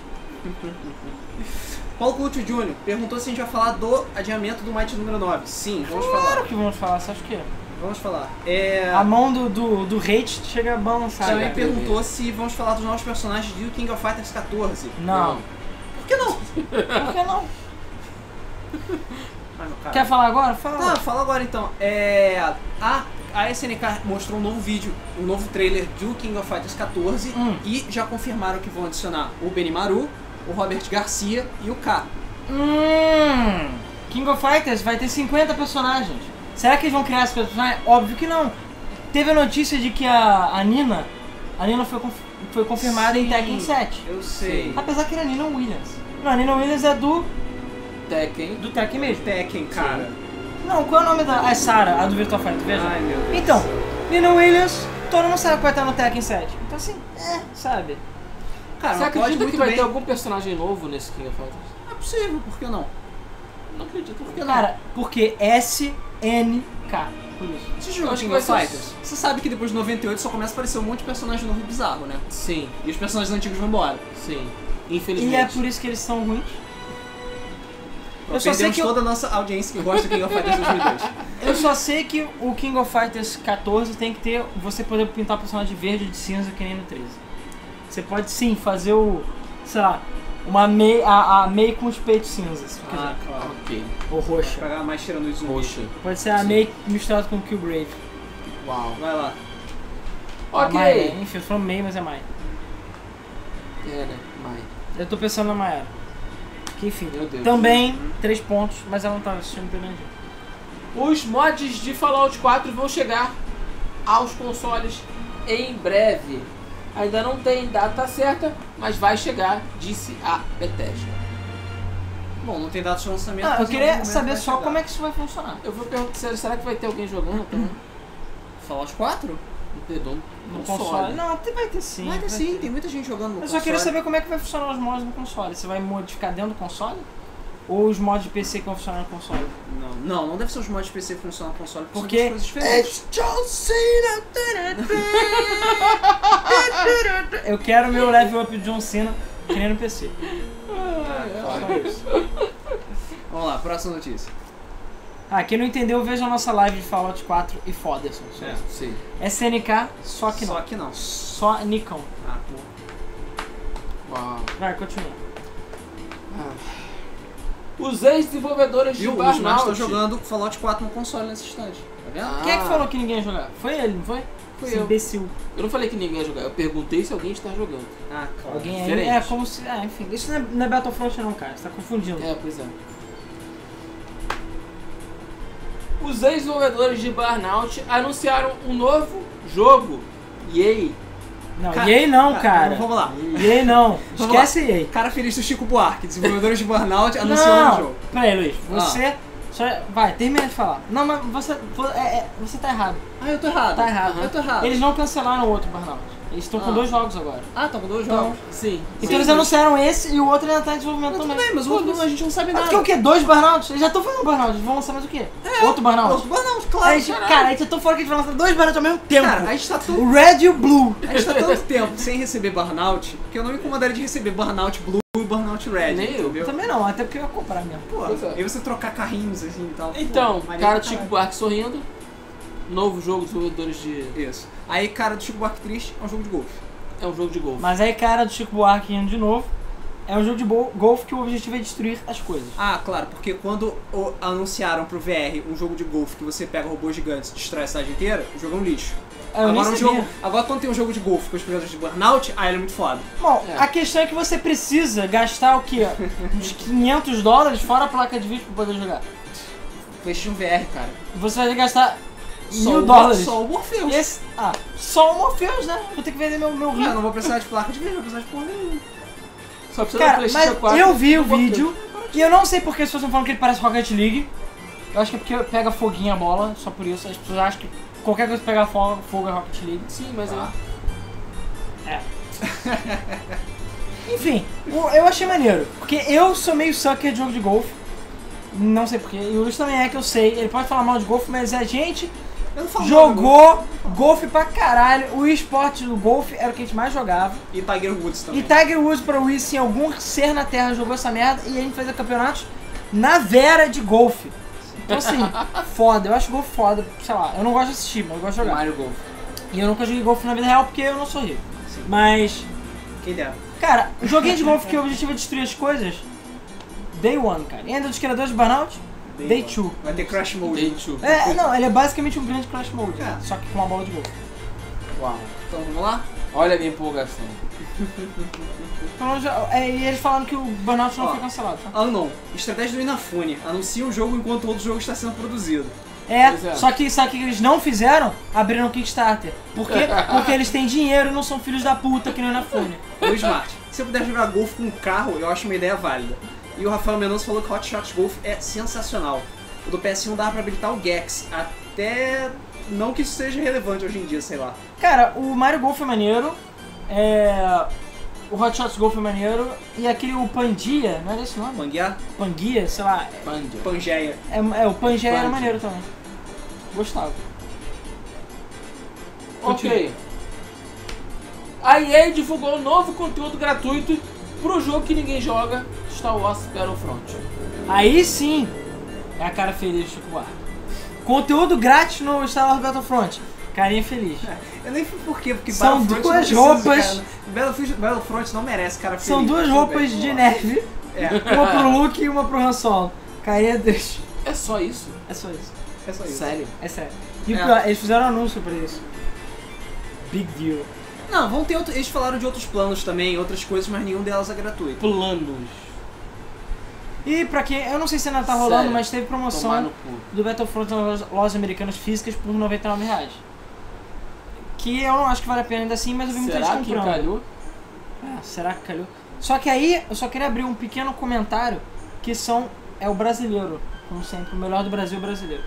S1: Paulo Couto Jr. perguntou se a gente vai falar do adiamento do Might número 9. Sim, vamos
S3: Claro
S1: falar.
S3: que vamos falar, sabe o quê?
S1: Vamos falar. É...
S3: A mão do, do, do hate chega a balançar.
S1: Também
S3: cara.
S1: perguntou se vamos falar dos novos personagens de King of Fighters 14.
S3: Não.
S1: Por que não?
S3: Por que não?
S1: Ai, Ah, meu cara.
S3: Quer falar agora? Fala.
S1: Tá, fala agora então. É, a, a SNK mostrou um novo vídeo, um novo trailer do King of Fighters 14
S3: Hum.
S1: e já confirmaram que vão adicionar o Benimaru, o Robert Garcia e o K.
S3: Hum, King of Fighters vai ter 50 personagens. Será que eles vão criar esses personagens? Óbvio que não. Teve a notícia de que a, a Nina, a Nina foi, conf- foi confirmada em
S1: Sim.
S3: Tekken 7.
S1: Eu sei.
S3: Apesar que era a Nina Williams. Não, a Nina Williams é do,
S2: Tekken.
S3: do Tekken mesmo.
S1: Tekken, cara.
S3: Não, qual é o nome da... Ah, é Sarah, a do Virtua Fighter, veja.
S1: Ai, meu Deus.
S3: Então, Nina Williams, todo mundo sabe é que vai estar no Tekken 7. Então assim, é, sabe.
S1: cara,
S2: Você
S1: mas pode
S2: acredita
S1: muito
S2: que vai
S1: bem.
S2: ter algum personagem novo nesse King of Fighters?
S1: Não é possível, por que não?
S2: Não acredito. Por
S3: Cara, porque SNK, por isso.
S1: Você jogou
S2: acho
S1: King
S2: que
S1: of
S2: vai ser-
S1: Fighters? um- Você sabe que depois de 98 só começa a aparecer um monte de personagem novo bizarro, né?
S2: Sim,
S1: E os personagens antigos vão embora.
S2: sim.
S3: E é
S2: Infelizmente.
S3: por isso que eles são ruins.
S1: Eu só sei que toda a nossa audiência que gosta do King of Fighters 2002.
S3: Eu só sei que o King of Fighters 14 tem que ter. Você poder pintar o personagem de verde ou de cinza que nem no 13. Você pode sim fazer o. sei lá, uma MEI. A, a MEI com os peitos cinzas, se quiser.
S1: Ah, É. claro.
S2: Ok.
S3: Ou roxa.
S1: Pegar mais tirando os zumbis.
S2: Roxa.
S3: Pode ser a
S2: Sim.
S3: MEI misturada com o Killgrave.
S2: Uau.
S1: Vai lá.
S3: A
S2: Ok.
S3: Maia, né? Enfim, eu tô falando MEI, mas é Mai.
S2: É, né? Mãe.
S3: Eu tô pensando na Mayara. Que enfim.
S2: Meu Deus.
S3: Também, três pontos, mas ela não tá assistindo pelo menos.
S2: Os mods de Fallout 4 vão chegar aos consoles em breve. Ainda não tem data certa, mas vai chegar, disse a Bethesda.
S1: Bom, não tem data de lançamento.
S3: Ah,
S1: mas
S3: eu
S1: em algum
S3: queria
S1: momento
S3: saber
S1: vai
S3: só
S1: chegar.
S3: como é que isso vai funcionar.
S2: Eu vou perguntar, sério, será que vai ter alguém jogando também?
S1: Fallout 4?
S2: No
S1: um.
S2: dedão,
S3: No console. Não, tem- vai ter sim.
S1: Mas
S3: vai
S1: assim, tem muita gente jogando no
S3: Eu só queria
S1: console.
S3: saber como é que vai funcionar os mods no console. Você vai modificar dentro do console? Ou os mods de PC que vão funcionar no console?
S1: Não, não, não deve ser os mods de PC que funcionam no console, porque, é
S3: Porque
S1: são duas coisas diferentes.
S3: Eu quero meu level up de John Cena que nem no PC.
S1: Vamos lá, próxima notícia.
S3: Ah, quem não entendeu, veja a nossa live de Fallout 4 e foda-se.
S1: É.
S2: Sim.
S3: SNK, só que não.
S1: Só que não.
S3: Só Nikon.
S1: Ah, pô.
S2: Uau.
S3: Vai, continua.
S2: Os ex-desenvolvedores de
S1: Viu? O Smash tá
S2: Burnout.
S1: jogando Fallout 4 no console nesse instante. Tá vendo?
S2: Ah,
S3: Quem é que falou que ninguém ia jogar? Foi ele, não foi?
S2: Fui
S3: Esse
S2: eu.
S3: imbecil.
S2: Eu não falei que ninguém ia jogar, eu perguntei se alguém está jogando.
S1: Ah, claro.
S3: Alguém aí.
S2: Diferente.
S3: É, como se. É, enfim. Isso não é, não é Battlefront, não, cara. Você tá confundindo.
S2: É, pois é. Os ex-desenvolvedores de Burnout anunciaram um novo jogo. Yay!
S3: Não,
S1: Ca-
S3: EA não,
S1: Ah,
S3: cara.
S1: então Vamos lá.
S3: EA não.
S1: lá.
S3: Esquece EA.
S1: Cara feliz do Chico Buarque, desenvolvedores de Burnout, anunciou o jogo.
S3: Peraí, Luiz,
S1: Ah.
S3: você. Só, é- vai, termina de falar. Não, mas você, vo- é- é- você tá errado.
S1: Ah, eu tô errado.
S3: Tá errado.
S2: né?
S1: Eu tô errado.
S3: Eles não cancelaram o outro Burnout. Eles estão
S2: Ah.
S3: com dois jogos agora.
S1: Ah, estão com dois
S3: Então,
S1: jogos.
S2: Sim.
S3: Então
S2: Sim,
S3: eles
S2: mas-
S3: anunciaram esse e o outro ainda tá em desenvolvimento
S1: Mas tudo
S3: também.
S1: bem, mas o outro a gente não sabe
S3: Ah,
S1: nada.
S3: porque o quê? Dois burnouts? Eles já estão fazendo burnout, eles vão lançar mais o quê? Outro burnout?
S1: É, Outro burnout,
S3: Aí,
S1: claro.
S3: tipo,
S1: caralho.
S3: cara, aí eu tô fora que eles vão lançar dois burnouts ao mesmo tempo.
S1: Cara, a gente tá tão
S3: O red e o blue.
S1: A gente tá tanto tempo sem receber burnout que eu não me incomodaria de receber burnout blue e burnout red.
S2: Nem eu.
S1: entendeu?
S3: Também não, até porque eu ia comprar mesmo.
S1: Pô,
S2: Pois é.
S1: e você trocar carrinhos assim e tal. pô,
S2: Então,
S1: maneiro
S2: cara
S1: pra
S2: do Chico
S1: caralho.
S2: Buarque sorrindo. Novo jogo dos desenvolvedores de.
S1: Isso. Aí, cara do Chico Buarque triste é um jogo de golfe.
S2: É um jogo de golfe.
S3: Mas aí, cara, do Chico Buarque indo de novo. É um jogo de bo- golfe que o objetivo é destruir as coisas.
S1: Ah, claro, porque quando o- anunciaram pro VR um jogo de golfe que você pega robôs gigantes e destrói a cidade inteira, o jogo é um lixo.
S3: Ah, Eu
S1: agora,
S3: nem
S1: um
S3: sabia.
S1: jogo, agora quando tem um jogo de golfe com os jogadores de burnout, aí ele é muito foda.
S3: Bom,
S2: É.
S3: a questão é que você precisa gastar o quê? Uns 500 dólares fora a placa de vídeo pra poder jogar.
S1: PlayStation VR, cara.
S3: Você vai ter que gastar
S1: Só
S3: mil
S1: o-
S3: dólares.
S1: Só um. o Morpheus.
S3: Esse, ah, só o Morpheus, né? Vou ter que vender meu, meu
S1: Ah, eu
S3: rim.
S1: não vou precisar de placa de vídeo, não vou precisar de porra nenhuma.
S2: Só precisa do
S3: Cara,
S2: PlayStation
S3: mas
S2: 4.
S3: eu vi o
S2: Não vou ter.
S3: vídeo e eu não sei porque as pessoas estão falando que ele parece Rocket League. Eu acho que é porque pega foguinho a bola, só por isso. As pessoas acham que qualquer coisa que pegar fogo, fogo é Rocket League.
S2: Sim, mas
S1: Tá.
S2: é.
S3: Enfim, o- eu achei maneiro. Porque eu sou meio sucker de jogo de golfe. Não sei porquê. E o Luiz também é que eu sei. Ele pode falar mal de golfe, mas a gente
S1: Eu não falo nada, não.
S3: jogou golfe pra caralho. O esporte do golfe era o que a gente mais jogava.
S1: E Tiger Woods também.
S3: E tá- Tiger Woods pra Wii, sim, algum ser na Terra jogou essa merda e a gente fazia campeonatos na vera de golfe. Então assim, foda, eu acho golfe foda, sei lá, eu não gosto de assistir, mas eu gosto de jogar.
S2: Mario Golf.
S3: E eu nunca joguei golfe na vida real porque eu não sou rico.
S1: Sim.
S3: Mas,
S1: Quem dera.
S3: cara, joguei de golfe que o objetivo é destruir as coisas. Day one, cara. E ainda dos criadores de Burnout? Day,
S1: Day
S3: two.
S1: Vai ter Crash Mode.
S2: Day two.
S3: É, não, ele é basicamente um grande Crash Mode, né?
S1: É.
S3: só que com uma bola de golfe.
S2: Uau.
S1: Então vamos lá?
S2: Olha a minha empolgação.
S3: Então, já- é, e eles falaram que o Burnout não
S1: Ó. é.
S3: foi cancelado, tá?
S1: Anon, estratégia do Inafune. Anuncia um jogo enquanto outro jogo está sendo produzido.
S3: É,
S2: Pois é.
S3: só que sabe o que eles não fizeram? Abriram o Kickstarter. Por quê? Porque eles têm dinheiro e não são filhos da puta que nem na Fúria.
S1: Luiz Marte, se eu puder jogar golfe com um carro, eu acho uma ideia válida. E o Rafael Mendonça falou que Hot Shots Golf é sensacional. O do PS1 dava pra habilitar o Gex, até... Não que isso seja relevante hoje em dia, sei lá.
S3: Cara, o Mario Golf é maneiro, é... o Hot Shots Golf é maneiro, e aquele o Pandia, não era esse o nome?
S1: Manguear?
S3: Panguia, sei lá,
S2: Pandia.
S1: Pangeia.
S3: é, é, o Pangia era
S2: Pandia.
S3: maneiro também. Gostava.
S2: Ok. A EA divulgou um novo conteúdo gratuito pro jogo que ninguém joga, Star Wars Battlefront.
S3: Aí sim, é a cara feliz do Chico Buarque. Conteúdo grátis no Star Wars Battlefront. Carinha feliz.
S1: Eu nem sei por quê, porque
S3: São
S1: Battlefront
S3: duas
S1: não precisa,
S3: roupas.
S1: cara. Battlefield- Battlefront não merece, cara.
S3: São
S1: feliz. tá
S3: duas
S1: Tudo
S3: roupas
S1: bem,
S3: de
S1: vamos lá.
S3: neve,
S1: É,
S3: uma pro Luke e uma pro Han Solo. Carinha deles.
S2: É só isso?
S3: É só isso.
S1: é só isso.
S2: Sério?
S3: É sério. E o
S1: É.
S3: pior, eles fizeram um anúncio pra isso. Big deal.
S1: Não, vão ter outro... Eles falaram de outros planos também, outras coisas, mas nenhum delas é gratuito.
S2: Planos.
S3: E pra quem. Eu não sei se ainda tá rolando,
S2: Sério?
S3: mas teve
S2: Tomar no
S3: promoção
S2: cu.
S3: do Battlefront nas lojas americanas físicas por R$ 99 reais. Que eu não acho que vale a pena ainda assim, mas eu vi muita
S2: Será
S3: gente
S2: que
S3: comprando.
S2: calhou?
S3: Ah, será que calhou? Só que aí eu só queria abrir um pequeno comentário que são. É o brasileiro, como sempre, o melhor do Brasil é o brasileiro.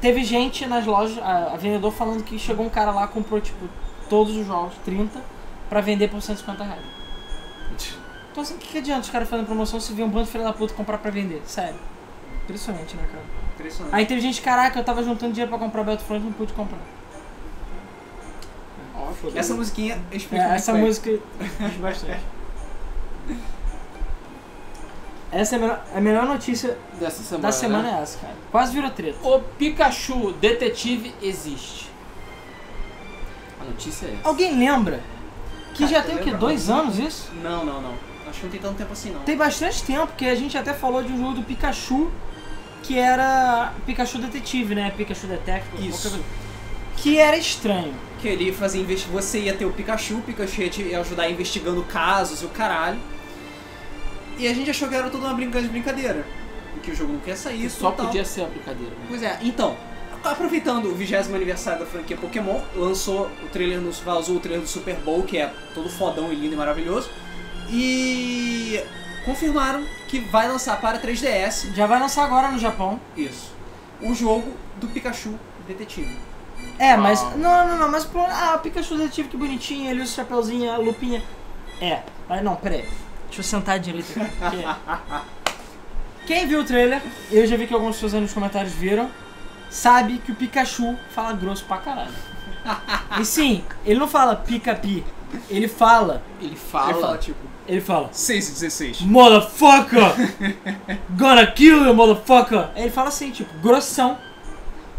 S3: Teve gente nas lojas, a, a vendedor falando que chegou um cara lá, comprou tipo todos os jogos, 30, pra vender por 150 reais. Então assim, o que, que adianta os caras fazendo promoção se vê um bando de filha da puta comprar pra vender? Sério. Impressionante, né, cara?
S1: Impressionante.
S3: Aí teve gente, caraca, eu tava juntando dinheiro pra comprar Battlefront e não pude comprar.
S2: Ótimo.
S1: Essa musiquinha
S3: É,
S1: explica muito
S3: essa
S1: bem.
S3: música diz bastante. Essa é a melhor, a melhor notícia
S2: Dessa semana.
S3: da semana
S2: né?
S3: é essa, cara. Quase virou treta.
S2: O Pikachu Detetive existe. A notícia é essa.
S3: Alguém lembra que
S1: Cara,
S3: já tem o quê?
S1: lembra
S3: Dois anos isso?
S1: Não, não, não. Acho que não tem tanto tempo assim, não.
S3: Tem bastante tempo que a gente até falou de um jogo do Pikachu, que era Pikachu Detetive, né? Pikachu Detective.
S1: Isso.
S3: qualquer coisa. Que era estranho.
S1: Que ele fazia investi... Você ia ter o Pikachu, o Pikachu ia te ajudar investigando casos e o caralho. E a gente achou que era tudo uma brinca- de brincadeira. E que o jogo nunca ia sair,
S2: Que só
S3: então.
S1: tal.
S2: podia ser a brincadeira. Né?
S1: Pois é, então, aproveitando o 20 aniversário da franquia Pokémon, lançou o trailer no vazou o trailer do Super Bowl, que é todo fodão e lindo e maravilhoso. E confirmaram que vai lançar para 3DS
S3: Já vai lançar agora no Japão.
S1: isso. O jogo do Pikachu Detetive.
S3: É, mas.
S1: Ah.
S3: Não, não, não, mas. pro- Ah, o Pikachu detetive que bonitinho, ele usa o chapeuzinho, a lupinha. É. Ah, não, peraí. Deixa eu sentar direito aqui. porque- Quem viu o trailer, eu já vi que algumas pessoas aí nos comentários viram, sabe que o Pikachu fala grosso pra caralho. E sim, ele não fala pica-pi, ele fala.
S2: Ele
S3: É
S1: Ele fala
S2: fala.
S1: tipo
S3: Ele fala.
S1: 6 e 16.
S3: Motherfucker! Gonna kill you, motherfucker! Ele fala assim, tipo, grossão.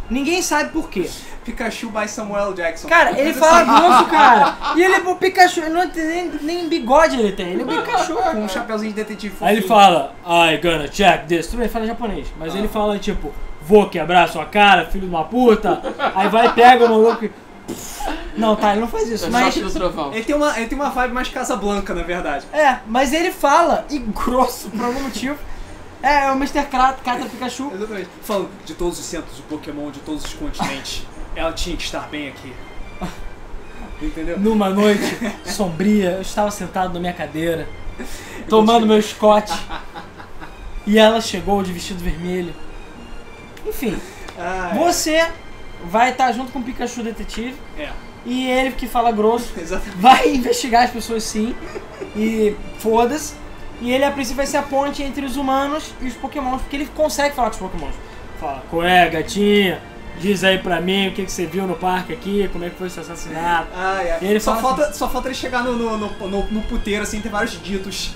S3: Ninguém sabe por quê.
S1: Pikachu by Samuel Jackson.
S3: Cara, ele fala grosso, cara. E ele é o Pikachu, ele não tem nem, nem bigode ele tem, ele é o Pikachu.
S1: com um chapeuzinho de detetive.
S3: Aí ele
S1: fofinho.
S3: fala, I gonna check this. Tudo bem, ele fala em japonês, mas ele fala tipo, vou quebrar sua cara, filho de uma puta. Aí vai, pega o maluco e. Não, tá, ele não faz isso,
S2: Mas...
S3: mas.
S2: do trovão.
S1: Ele tem uma, ele tem uma vibe mais Casablanca, na verdade.
S3: É, mas ele fala e grosso por algum motivo. É, é o Mr. Krata, Krata Pikachu.
S1: Exatamente. Falando de todos os centros de Pokémon, de todos os continentes. Ela tinha que estar bem aqui. Entendeu?
S3: Numa noite sombria, eu estava sentado na minha cadeira, tomando meu Scott. E ela chegou de vestido vermelho. Enfim,
S1: Ah,
S3: você vai estar junto com o Pikachu detetive
S1: é.
S3: e ele que fala grosso
S1: é. Exatamente.
S3: vai investigar as pessoas sim. E foda-se. E ele a princípio vai ser a ponte entre os humanos e os pokémons, porque ele consegue falar com os pokémons. Fala, qual é, gatinha? Diz aí pra mim o que, que você viu no parque aqui, como é que foi seu assassinato.
S1: Ah, é.
S3: E ele
S1: só,
S3: fala assim-
S1: falta, só falta ele chegar no, no, no, no- no puteiro, assim, ter vários ditos.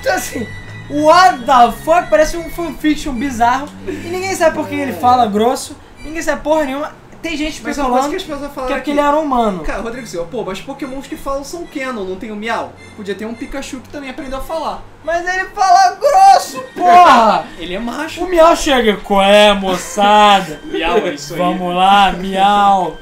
S3: Então assim, what the fuck? Parece um fanfiction bizarro. E ninguém sabe por que ele fala grosso, ninguém sabe porra nenhuma. Tem gente
S1: Mas uma coisa
S3: especulando
S1: que as pessoas
S3: que
S1: falaram
S3: é porque
S1: aqui.
S3: ele era humano.
S1: Cara, Rodrigo Silva, pô, mas pokémons que falam são canon, não tem o Miau. Podia ter um Pikachu que também aprendeu a falar.
S3: Mas ele fala grosso, porra!
S1: Ele é macho.
S3: O Miau chega, qual é, moçada?
S1: Miau é isso
S3: Vamos lá, miau!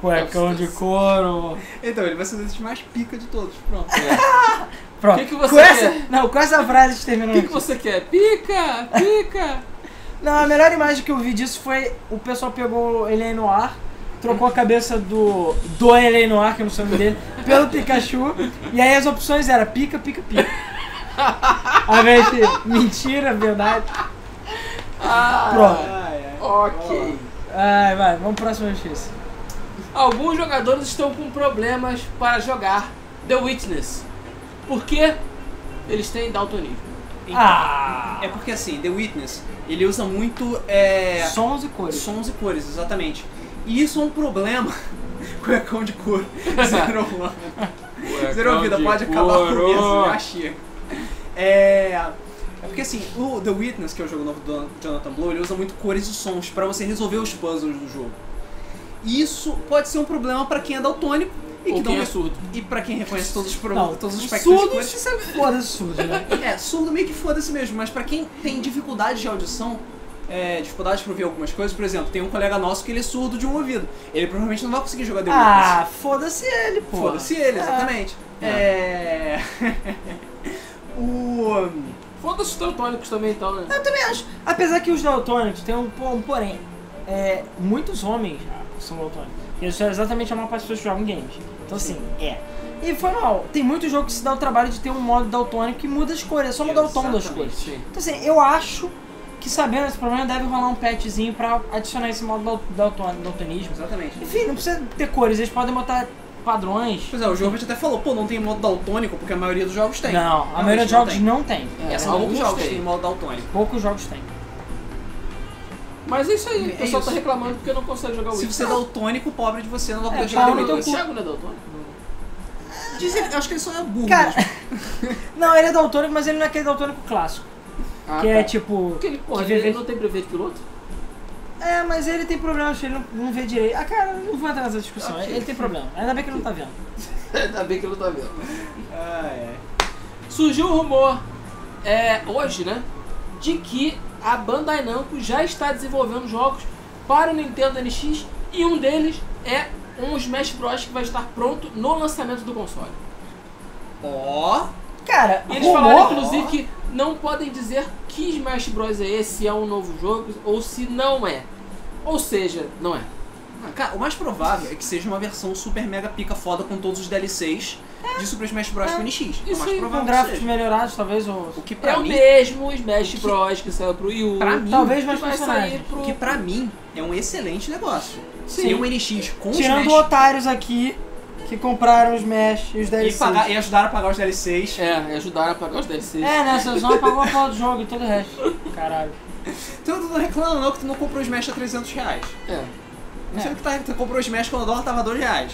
S3: Cuecão de couro.
S1: Então, ele vai ser o detetive mais pica de todos. Pronto.
S2: É.
S3: Pronto.
S2: Que que você
S3: com essa,
S2: quer?
S3: não, com essa frase terminou.
S2: O que, que você quer? Pica! Pica!
S3: Não, a melhor imagem que eu vi disso foi o pessoal pegou ele no ar, trocou a cabeça do do ele no ar, que eu não sei o nome dele, pelo Pikachu, e aí as opções eram pica, pica, pica. Ao invés de mentira, verdade.
S2: Ah,
S3: Pronto.
S1: Ah, é.
S2: Ok.
S3: Ai, vai, vamos pro próximo notícia.
S2: Alguns jogadores estão com problemas para jogar The Witness. Porque eles têm daltonismo.
S3: Ah!
S1: É porque assim, The Witness, ele usa muito é,
S3: Sons e cores.
S1: sons e cores, exatamente. E isso é um problema. Cuecão de couro. Zero, um. zero vida, pode acabar com isso, já chega. É, é porque assim, o The Witness, que é o jogo novo do Jonathan Blow, ele usa muito cores e sons pra você resolver os puzzles do jogo. E isso pode ser um problema pra quem é daltônico e, que
S2: Ou
S1: não
S2: quem é
S1: re-
S2: surdo.
S1: e pra quem reconhece todos os, pro...
S3: Não,
S1: todos os aspectos de
S3: surdo,
S1: cores.
S3: você sabe, foda-se surdo, né?
S1: É, surdo meio que foda-se mesmo, mas pra quem tem dificuldade de audição, é, dificuldade pra ouvir algumas coisas, por exemplo, tem um colega nosso que ele é surdo de um ouvido. Ele provavelmente não vai conseguir jogar The Witness.
S3: Ah, foda-se ele, pô. Ah.
S1: Foda-se ele, exatamente. É. o.
S2: Foda-se os daltônicos também, então, né?
S3: Eu também acho. Apesar que os daltônicos tem um, po- um porém. É, muitos homens já são daltônicos. E isso é exatamente a maior parte das pessoas que jogam games. Então assim, é. E foi mal. Tem muito jogo que se dá o trabalho de ter um modo daltônico que muda as cores. É só mudar o tom das
S1: Exatamente.
S3: cores.
S2: Sim.
S3: Então assim, eu acho que sabendo esse problema deve rolar um patchzinho pra adicionar esse modo dal- daltônico, daltonismo.
S1: Exatamente.
S3: Enfim, não precisa ter cores. Eles podem botar padrões.
S1: Pois é, o Jorvich até falou, pô, não tem modo daltônico, porque a maioria dos jogos tem.
S3: Não, a maioria dos jogos não tem.
S1: tem. É, são
S2: alguns
S1: alguns jogos que
S2: tem.
S1: tem modo daltônico.
S3: Poucos jogos tem.
S2: Mas é isso aí,
S1: É
S2: o pessoal
S1: isso.
S2: tá reclamando porque não consegue jogar o
S1: Se
S2: Witness.
S1: você é daltônico, pobre de você não vai
S3: É,
S1: poder
S3: pau
S1: jogar The
S3: no teu
S1: Witness.
S3: cu.
S2: Thiago não é daltônico?
S1: Dizem, acho que ele só é burro.
S3: Cara,
S1: mesmo.
S3: não, ele é daltônico, mas ele não é aquele daltônico clássico.
S2: Ah,
S3: que
S2: tá.
S3: é tipo.
S2: Porque ele, porra,
S3: que
S2: ele
S3: vive-
S2: não tem brevet de piloto?
S3: É, mas ele tem problema, acho que ele não, não vê direito. Ah, cara, não vou entrar nessa discussão.
S2: Ok.
S3: Ele tem problema. Ainda bem que ele não tá vendo.
S2: Ainda bem que ele não tá vendo.
S1: Ah, é.
S2: Surgiu o rumor é, hoje, né? De que a Bandai Namco já está desenvolvendo jogos para o Nintendo NX e um deles é um Smash Bros. que vai estar pronto no lançamento do console.
S1: Ó.
S3: Cara,
S2: E eles falaram,
S3: rumor?
S2: inclusive, que não podem dizer que Smash Bros. é esse, se é um novo jogo ou se não é. Ou seja, não é.
S1: Ah, Cara, o mais provável é que seja uma versão super mega pica foda com todos os DLCs de Super Smash Bros.
S3: É.
S1: pro NX. É o
S2: Isso
S1: mais
S2: aí,
S3: Com
S1: provável que
S3: gráficos
S1: seja.
S3: melhorados, talvez, ou...
S1: O que pra
S2: É o
S1: mim,
S2: mesmo Smash Bros que saiu pro Wii U.
S1: Pra mim,
S3: Talvez
S2: que
S3: mais
S2: vai
S3: personagens.
S2: sair pro...
S1: o que pra mim é um excelente negócio.
S3: Sim.
S1: Ser um NX com
S3: Tirando
S1: Smash
S3: otários aqui, que compraram os Smash e os
S1: e,
S3: DLCs.
S1: pagar, e ajudar a pagar os DLCs.
S2: É, e ajudaram a pagar os DLCs.
S3: É, né? Você só pagou a porra do jogo e todo o resto. Caralho.
S1: Então tu não reclama não que tu não comprou o Smash a 300 reais.
S2: É.
S1: Não
S3: É.
S1: sei o que tá, tu comprou o Smash quando o dólar tava 2 reais.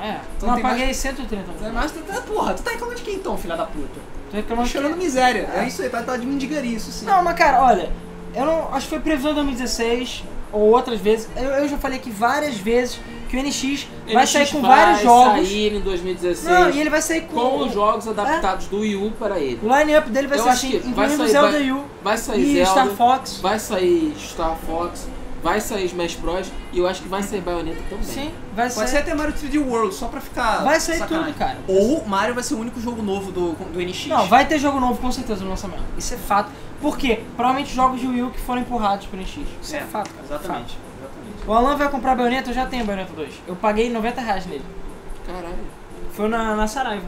S3: É.
S1: Então
S3: não,
S1: tem
S3: paguei 130.
S1: Mas, Mas tu tá, porra, tu tá reclamando de quem então, filha da puta?
S3: Tô reclamando
S1: Chorando miséria. É isso aí, tá, tá de mendigaria isso sim.
S3: Não, mas cara, olha, eu não. Acho que foi previsão de 2016 ou outras vezes. Eu, eu já falei aqui várias vezes que o NX vai
S2: NX
S3: sair com
S2: vai
S3: vários jogos.
S2: sair em 2016
S3: Não, e ele é vai sair com.
S2: com os jogos adaptados do Wii U para ele.
S3: O line-up dele vai
S2: Eu
S3: ser
S2: acho
S3: assim,
S2: que vai
S3: incluindo
S2: sair-
S3: Zelda
S2: vai-
S3: U
S2: Vai sair
S3: e
S2: Zelda,
S3: Star Fox.
S2: vai sair Star Fox, vai sair Smash Bros e eu acho que vai sair Bayonetta também.
S3: Sim, vai
S1: Pode ser
S3: sair.
S1: até Mario 3D World, só pra ficar.
S3: Vai sair
S1: sacanagem.
S3: tudo, cara.
S1: Ou Mario vai ser o único jogo novo do, do NX.
S3: Não, vai ter jogo novo com certeza no lançamento. Isso é fato. Por quê? Provavelmente jogos de Wii U que foram empurrados pro NX. Isso
S1: É,
S3: é, fato, cara.
S1: Exatamente. exatamente.
S3: O Alan vai comprar Bayonetta, eu já tenho a Bayonetta 2. Eu paguei 90 reais nele.
S2: Caralho.
S3: Foi na, na Saraiva.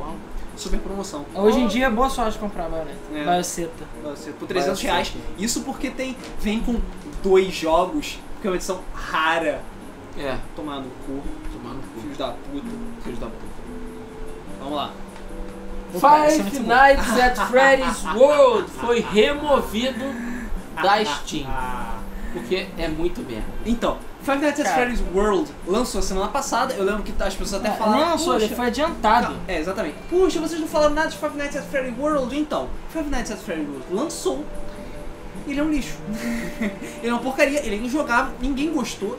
S2: Uau.
S1: Super promoção.
S3: Hoje em dia, boa sorte comprar Bayonetta.
S1: É.
S3: Bayoceta.
S1: Você, por 300
S2: Vai
S1: reais. Isso porque tem, vem com dois jogos, que é uma edição rara.
S2: É,
S1: Tomar no cu,
S2: tomar no cu,
S1: filhos da puta.
S2: filhos da puta.
S1: Vamos lá.
S3: Pô, cara, isso é
S2: Five
S3: muito
S2: Nights at Freddy's World foi removido da Steam.
S1: Ah.
S2: Porque é muito merda.
S1: Então, Five Nights at
S3: Cara.
S1: Freddy's World lançou semana passada. Eu lembro que as pessoas até
S3: É,
S1: falaram.
S3: não lançou,
S1: "Poxa,
S3: ele foi adiantado.
S1: É, exatamente. Puxa, vocês não falaram nada de Five Nights at Freddy's World, então. Five Nights at Freddy's World lançou. Ele é um lixo. ele é uma porcaria, ele é injogável, ninguém gostou.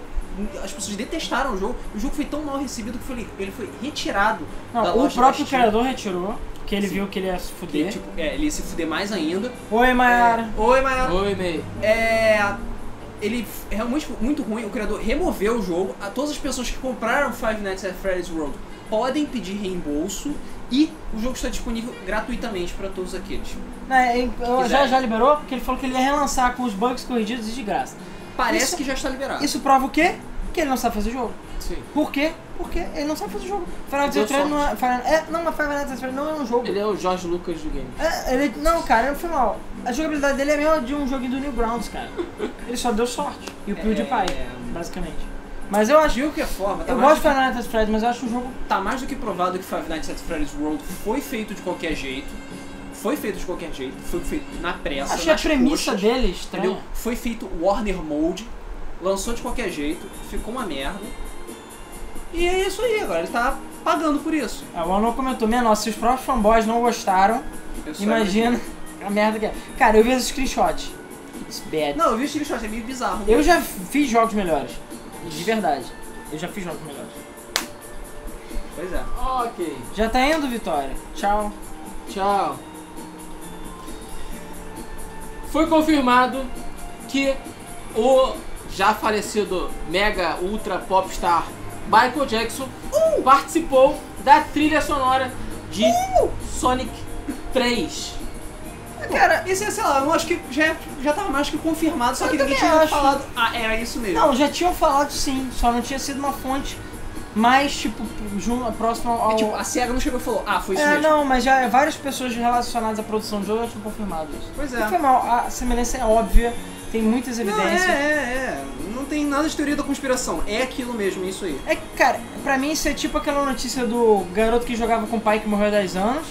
S1: As pessoas detestaram o jogo. O jogo foi tão mal recebido que foi, ele foi retirado. da
S3: Não, o
S1: loja
S3: próprio
S1: da Steam.
S3: criador retirou, porque ele
S1: Sim.
S3: viu que ele ia se
S1: Que,
S3: fuder.
S1: tipo, é, ele ia se fuder mais ainda.
S3: Oi, Mayara.
S1: É, Oi,
S3: Ah.
S1: Mayara.
S2: Oi, May.
S1: É. Ele f- é realmente muito ruim. O criador removeu o jogo. A todas as pessoas que compraram Five Nights at Freddy's World podem pedir reembolso. E o jogo está disponível gratuitamente para todos aqueles.
S3: Não, é, eu- já,
S1: Quiser.
S3: já liberou? Porque ele falou que ele ia relançar com os bugs corrigidos e de graça.
S1: Parece
S3: Isso-
S1: que já está liberado.
S3: Isso prova o quê? Que ele não sabe fazer jogo.
S2: Sim.
S3: Por quê? Porque ele não sabe fazer jogo. Final
S2: Deu
S3: Fantasy III não é. Final, é não, mas Final Fantasy III não é um jogo.
S2: Ele é o Jorge Lucas do game.
S3: É, ele- não, cara, no final, a jogabilidade dele é a mesma de um joguinho do Newgrounds, cara. Ele só deu sorte. E o PewDiePie,
S1: É.
S3: basicamente. Mas eu acho.
S1: De qualquer forma, tá,
S3: Eu
S1: mais
S3: gosto de
S1: do que,
S3: Final Fantasy Fred, mas eu acho um jogo.
S1: tá mais do que provado que Five Nights at Freddy's World foi feito de qualquer jeito. Foi feito de qualquer jeito. Foi feito na pressa.
S3: Achei a
S1: nas
S3: premissa
S1: coxas.
S3: dele
S1: Entendeu?
S3: estranha.
S1: Foi feito Warner Mode, lançou de qualquer jeito, ficou uma merda. E é isso aí, agora ele tá pagando por isso.
S3: Ah, O Alan comentou, minha nossa, se os próprios fanboys não gostaram,
S1: Eu só
S3: imagina a merda que é. Cara, eu vi esse screenshot. It's bad.
S1: Não, eu vi o screenshot, é meio bizarro.
S3: Eu já fiz jogos melhores. De verdade. Eu já fiz jogos melhores.
S1: Pois é.
S2: Ok.
S3: Já tá indo, Vitória. Tchau.
S2: Tchau. Foi confirmado que o já falecido mega ultra popstar Michael Jackson participou da trilha sonora de Sonic 3.
S1: Cara, isso é, sei lá, eu acho que já, é, já tava mais que confirmado, só
S3: Eu
S1: que ninguém
S3: também
S1: tinha
S3: acho.
S1: falado. Ah, era isso mesmo.
S3: Não, já tinham falado sim, só não tinha sido uma fonte mais, tipo, junto, próxima ao...
S1: É, tipo, a SEGA não chegou e falou, ah, foi isso
S3: É,
S1: mesmo.
S3: não, mas já várias pessoas relacionadas à produção do jogo já tinham confirmado isso.
S1: Pois
S3: E
S1: é.
S3: foi mal, a semelhança é óbvia, tem muitas
S1: Não,
S3: evidências.
S1: é, é, é. Não tem nada de teoria da conspiração. É aquilo mesmo, é isso aí.
S3: É que, cara, pra mim isso é tipo aquela notícia do garoto que jogava com o pai que morreu há 10 anos.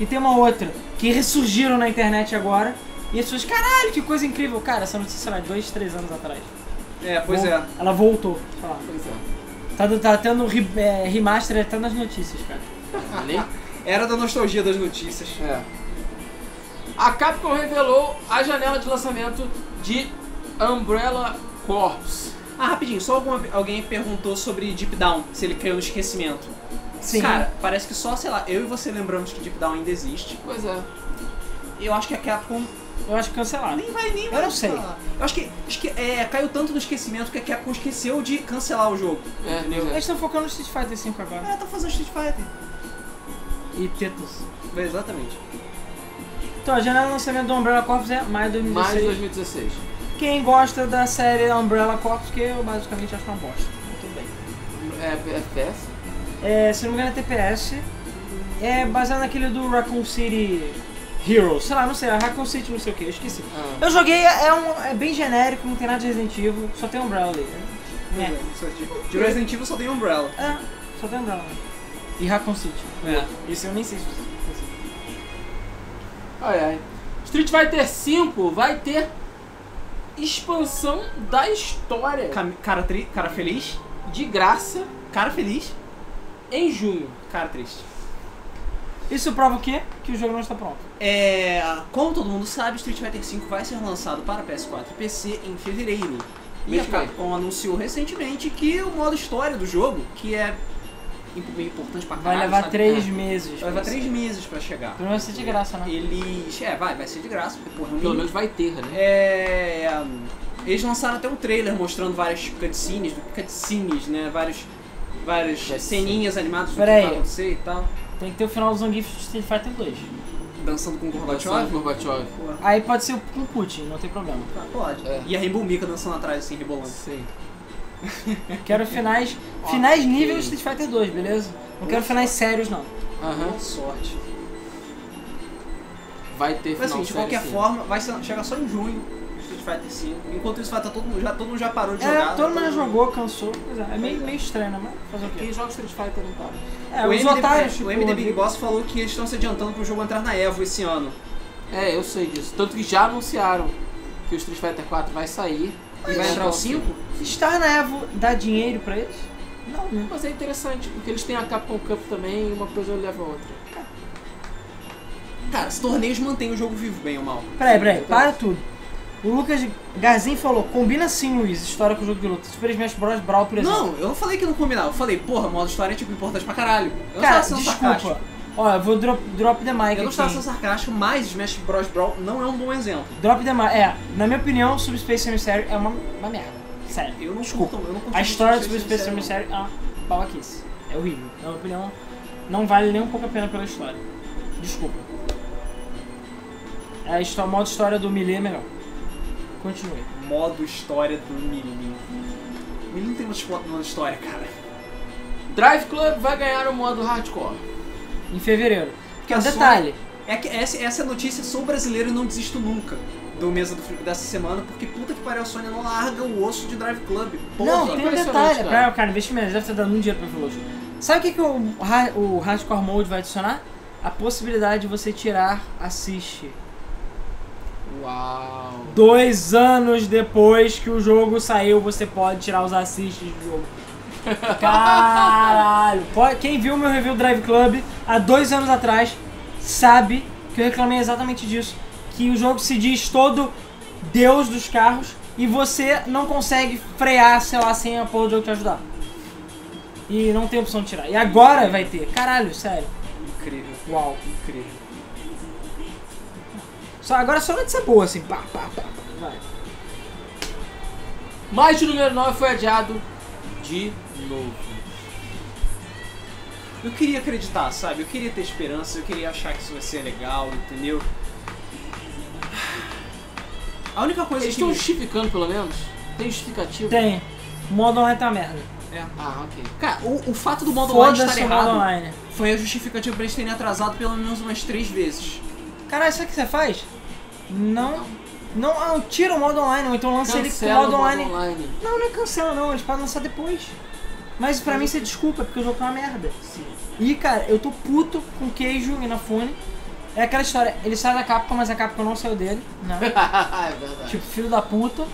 S3: E tem uma outra, que ressurgiram na internet agora. E as pessoas, caralho, que coisa incrível. Cara, essa notícia era 2, 3 anos atrás.
S1: É, pois
S3: Vol-
S1: é.
S3: Ela voltou, sei lá.
S2: Pois é.
S3: Tá, tá tendo re, é, remaster até nas notícias, cara.
S2: Nem
S1: Era da nostalgia das notícias.
S2: É. A Capcom revelou a janela de lançamento de Umbrella Corps.
S1: Ah, rapidinho, só alguma, alguém perguntou sobre Deep Down, se ele caiu no esquecimento. Cara, parece que só, sei lá, eu e você lembramos que Deep Down ainda existe.
S2: Pois é.
S1: Eu acho que a Capcom
S3: eu acho que cancelaram.
S1: nem vai nem
S3: Eu
S1: vai
S3: não sei.
S1: falar. Eu acho que esque- é, caiu tanto no esquecimento que a Capcom esqueceu de cancelar o jogo.
S2: É,
S1: entendeu?
S3: Eles estão focando no Street Fighter 5 agora.
S1: Ah, tá fazendo Street Fighter.
S3: E tetos.
S1: Exatamente.
S3: Então, a janela de lançamento do Umbrella Corps é maio de
S2: Mais
S3: 2016.
S2: 2016.
S3: Quem gosta da série Umbrella Corps, que eu basicamente acho uma bosta. mas Tudo bem.
S2: É, é FPS?
S3: É, se não me engano é TPS. É baseado naquele do Raccoon City Heroes. Sei lá, não sei, é Raccoon City não sei o que, esqueci.
S2: Ah,
S3: Eu joguei, é, um, é bem genérico, não tem nada de Resident Evil, só tem Umbrella ali. É.
S1: De Resident Evil só tem Umbrella.
S3: É, só tem Umbrella. E Raccoon City. Isso eu nem sei se
S2: ai, ai. Street Fighter V vai ter expansão da história
S1: Cam- Cara, tri... cara feliz,
S2: de graça
S1: cara feliz,
S2: em junho.
S1: cara triste.
S3: Isso prova o quê? Que o jogo não está pronto.
S1: É, como todo mundo sabe, Street Fighter V vai ser lançado para PS4 e PC em fevereiro. E
S2: Mês
S1: a
S2: que vem.
S1: Capcom anunciou recentemente que o modo história do jogo, que é imp- importante pra
S3: Vai
S1: caralho,
S3: levar
S1: sabe?
S3: três
S2: É.
S3: meses.
S1: Vai levar três meses pra chegar.
S3: Pelo menos vai ser de graça, né?
S1: Eles. É, vai, vai ser de graça, porque porra, é um mínimo.
S2: Pelo menos vai ter, né?
S1: É. hum, Eles lançaram até um trailer mostrando várias cutscenes, cutscenes, né? Vários. Várias
S2: Cutscenes.
S1: ceninhas animadas do que
S3: Pera
S1: vai
S3: aí.
S1: acontecer e tal.
S3: Tem que ter o final do Zangief de Street Fighter 2.
S1: Dançando com o
S2: Dançando
S1: Gorbachev.
S2: Gorbachev.
S1: Porra,
S3: Aí pode ser com o Putin, não tem problema.
S1: ah, pode.
S2: É.
S1: E a Rainbow Mika dançando atrás, assim, rebolando.
S2: Sim.
S3: Quero finais. Finais nível Street Fighter 2, beleza? Não quero finais sérios, não.
S2: Aham.
S1: Boa sorte.
S2: Vai ter
S1: Mas
S2: final
S1: assim, de qualquer forma, vai ser- chegar só em junho Street Fighter 5. Enquanto isso, vai tá todo mundo já, todo mundo já parou de jogar. né?
S3: É, todo mundo já jogou, cansou. Pois é, é meio, meio estranho, né? Mas fazer o quê?
S2: Quem joga Street Fighter não para.
S3: É,
S1: o
S3: os
S1: MD,
S3: otários.
S1: o
S3: tipo,
S1: MD Big Boss falou que eles estão se adiantando pro jogo entrar na Evo esse ano.
S2: É, eu sei disso. Tanto que já anunciaram que o Street Fighter 4 vai sair.
S1: E vai entrar o 5?
S3: Estar na Evo dá dinheiro pra eles? Não, né?
S2: Mas é interessante, porque eles têm a Capcom Cup também e uma coisa leva a outra.
S1: Cara, os torneios mantêm o jogo vivo, bem ou mal.
S3: Peraí,
S1: tá.
S3: peraí, para tudo. O Lucas Garzin falou, combina sim, Luiz, história com o jogo de luta. Super Smash Bros. Brawl, por exemplo.
S1: Não, eu não falei que não combinava. Eu falei, porra, modo história é tipo importante pra caralho. Eu
S3: Cara,
S1: não estava sendo
S3: desculpa.
S1: um
S3: É
S1: sarcástico.
S3: Ó, eu vou drop, drop the mic
S1: Eu não estava
S3: aqui.
S1: sendo um sarcástico, mas Smash Bros. Brawl não é um bom exemplo.
S3: Drop the mic. É, na minha opinião, Subspace Emissary é uma, uma merda. Sério.
S1: Eu não
S3: Desculpa.
S1: curto- eu não curto
S3: A história do
S1: muito
S3: Subspace
S1: Space Emissary,
S3: Emissary é uma babaquice. É horrível. Na minha opinião, não vale nem um pouco a pena pela história. Desculpa. É A história, modo história do Melee é melhor. Continue.
S1: não. Modo história do Milling. Milling tem um modo história, cara.
S2: Drive Club vai ganhar o modo hardcore.
S3: Em fevereiro. Porque
S1: a
S3: um detalhe.
S1: É que essa, essa é a notícia, sou brasileiro e não desisto nunca. Do mesa do Felipe dessa semana, porque puta que pariu, a Sony não larga o osso de Drive Club. Porra.
S3: Não, tem um
S2: impressionante,
S3: detalhe.
S2: cara.
S3: Cara, cara investimento, deve ter dado muito dinheiro pra Evolution. Sabe o que, que o, ra- o Hardcore Mode vai adicionar? A possibilidade de você tirar assiste.
S2: Uau.
S3: Dois anos depois que o jogo saiu, você pode tirar os assists do jogo. Caralho! Pode- Quem viu meu review do Drive Club há dois anos atrás sabe que eu reclamei exatamente disso. Que o jogo se diz todo deus dos carros e você não consegue frear, sei lá, sem a porra do jogo te ajudar. E não tem opção de tirar. E agora vai ter. Caralho, sério.
S1: Incrível,
S3: Uau.
S1: incrível.
S3: Só, agora é só notícia boa, assim. Pá, pá, pá, pá. Vai.
S2: Mas o número 9 foi adiado de novo.
S1: Eu queria acreditar, sabe? Eu queria ter esperança, eu queria achar que isso vai ser legal, entendeu? A única coisa
S2: Eles
S1: que.
S2: estão justificando pelo menos? Tem justificativo?
S3: Tem. Modo online tá uma merda.
S2: Ah, ok.
S1: Cara, o, o fato do modo online estar
S3: Foda-se o modo
S1: errado
S3: online.
S1: foi a justificativa pra eles terem atrasado pelo menos umas três vezes.
S3: Caralho, sabe o que você faz? Não. Não, ah, tira o modo online, ou então lança ele com o
S2: Cancela
S3: modo, online.
S2: online.
S3: Não, não é cancela não, eles podem lançar depois. Mas pra mim você desculpa, porque o jogo é uma merda.
S2: Sim.
S3: E cara, eu tô puto com queijo e na fone. É aquela história, ele sai da Capcom, mas a Capcom não saiu dele. Né?
S2: é verdade.
S3: tipo, filho da puta.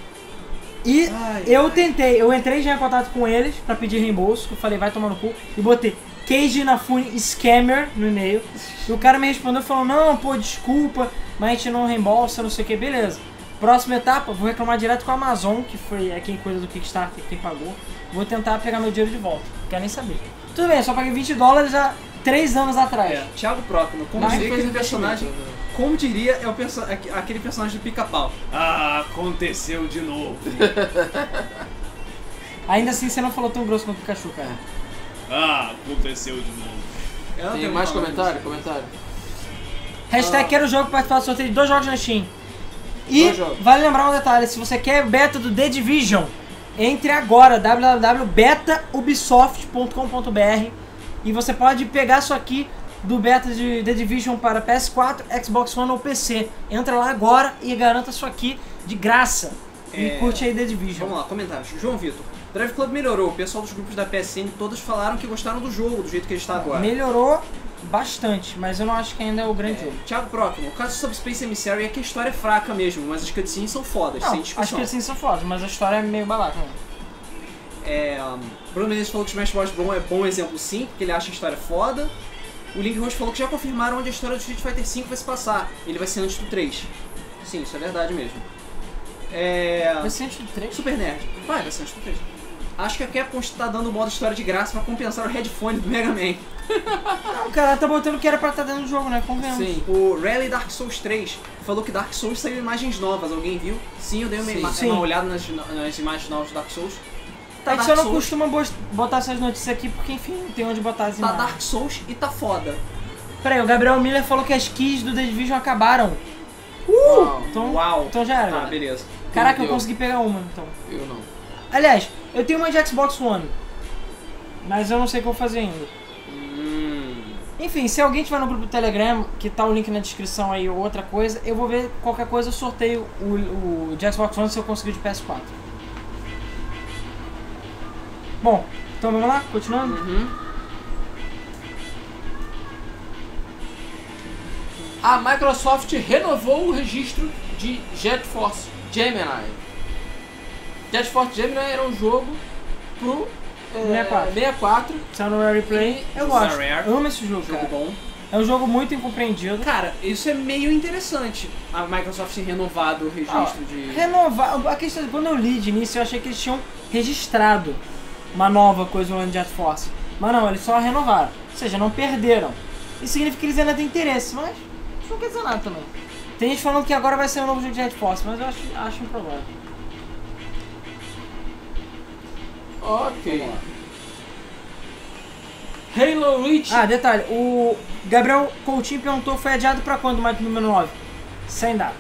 S3: E
S1: Ai,
S3: eu
S1: ai.
S3: tentei, eu entrei já em contato com eles pra pedir reembolso, que eu falei, vai tomar no cu, e botei Keiji Inafune Scammer no e-mail. E o cara me respondeu falou, não, pô, desculpa, mas a gente não reembolsa, não sei o que, beleza. Próxima etapa, vou reclamar direto com a Amazon, que foi é quem coisa do Kickstarter, quem pagou. Vou tentar pegar meu dinheiro de volta, não quero nem saber. Tudo bem, eu só paguei 20 dólares há 3 anos atrás.
S1: É, Thiago Procno, como
S2: Mas
S1: diria
S2: fez
S1: aquele personagem.
S2: investimento, né?
S1: Como diria é o perso- aque- aquele personagem do pica-pau. Ah, aconteceu de novo.
S3: Ainda assim, você não falou tão grosso quanto o Pikachu,
S1: É.
S3: cara.
S5: Ah, aconteceu de novo.
S1: Eu não
S2: Tem
S1: tenho
S2: mais
S1: como falar
S2: comentário? Comentário.
S1: Ah.
S3: Hashtag quero jogo participar do sorteio de dois jogos na Steam. E
S2: Bom jogo.
S3: vale lembrar um detalhe, se você quer beta do The Division, entre agora, www.betaubisoft.com.br e você pode pegar isso aqui do beta de The Division para PS4, Xbox One ou PC. Entra lá agora e garanta isso aqui de graça.
S1: É.
S3: E curte aí The Division.
S1: Vamos lá, comentários. João Vitor. Drive Club melhorou. O pessoal dos grupos da PSN todos falaram que gostaram do jogo, do jeito que ele está agora.
S3: Melhorou bastante, mas eu não acho que ainda é o grande jogo.
S1: Thiago Próximo, o caso do Subspace Emissary é que a história é fraca mesmo, mas as cutscenes são fodas,
S3: Não,
S1: sem
S3: acho
S1: discussão.
S3: que assim são fodas, mas a história é meio babaca. né?
S1: É, um, Bruno Menezes falou que Smash Bros. Bom é bom exemplo sim, porque ele acha a história foda. O Link Rose falou que já confirmaram onde a história do Street Fighter V vai se passar. Ele vai ser antes do 3. Sim, isso é verdade mesmo. É.
S3: Vai ser antes do 3?
S1: Super Nerd. Vai, vai ser antes do 3. Acho que a Capcom está dando o modo história de graça pra compensar o headphone do Mega Man.
S3: Não, cara, tá botando que era pra estar dentro do jogo, né? Convenhamos.
S2: Sim.
S1: O Rally Dark Souls 3 falou que Dark Souls saiu imagens novas. Alguém viu? Sim, eu dei uma,
S2: Sim.
S1: ima-
S3: Sim.
S1: uma olhada nas, nas imagens novas de Dark Souls.
S3: A gente
S1: Dark
S3: só não
S1: Souls.
S3: costuma bos- botar essas notícias aqui porque, enfim, não tem onde botar
S1: Tá
S3: as imagens.
S1: Dark Souls e tá foda.
S3: Peraí, o Gabriel Miller falou que as keys do The Division acabaram.
S2: Uau,
S3: Então,
S1: Uau.
S3: então já era.
S1: Tá, beleza.
S3: Caraca, eu
S2: Entendeu?
S3: consegui pegar uma, então.
S2: eu não.
S3: Aliás, eu tenho uma de Xbox One. Mas eu não sei o que eu vou fazer ainda.
S1: Hum.
S3: Enfim, se alguém tiver no grupo do Telegram, que tá o link na descrição aí ou outra coisa, eu vou ver qualquer coisa, eu sorteio o, o de Xbox One se eu conseguir de PS4. Bom, então vamos lá, continuando?
S1: Uhum.
S2: A Microsoft renovou o registro de Jet Force Gemini. Jet Force Gemini era um jogo pro eh,
S3: 64.
S2: 64
S3: Saiu no Rare Play, eu gosto.
S1: Rare.
S3: Eu amo esse jogo,
S1: Jogo
S3: cara.
S1: bom.
S3: É um jogo muito incompreendido.
S1: Cara, isso é meio interessante. A Microsoft ter renovado o registro
S3: Ah,
S1: de.
S3: Renovar. A questão quando eu li de início, eu achei que eles tinham registrado uma nova coisa no Jet Force. Mas não, eles só renovaram. Ou seja, não perderam. Isso significa que eles ainda têm interesse, mas isso não quer dizer nada também. Tem gente falando que agora vai ser um novo jogo de Jet Force, mas eu acho, acho um problema.
S2: Ok. Halo Reach.
S3: Ah, detalhe, o Gabriel Coutinho perguntou foi adiado pra quando o Mike número 9? Sem data.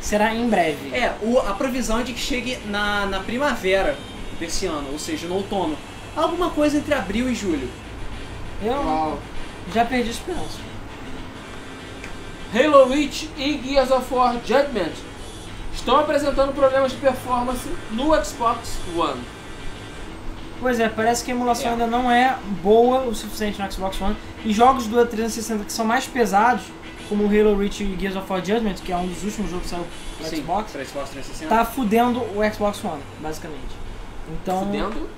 S3: Será em breve.
S1: É, o- a previsão é de que chegue na, na primavera desse ano, ou seja, no outono. Alguma coisa entre abril e julho.
S3: Eu
S2: Uau.
S3: já perdi a esperança.
S2: Halo Reach e Gears of War Judgment estão apresentando problemas de performance no Xbox One.
S3: Pois é, parece que a emulação
S1: É.
S3: ainda não é boa o suficiente no Xbox One. E jogos do 360 que são mais pesados, como o Halo Reach e Gears of War Judgment, que é um dos últimos jogos que saiu pro
S1: Sim,
S3: Xbox,
S1: pra Xbox 360.
S3: tá fudendo o Xbox One, basicamente. Então,
S2: Fudendo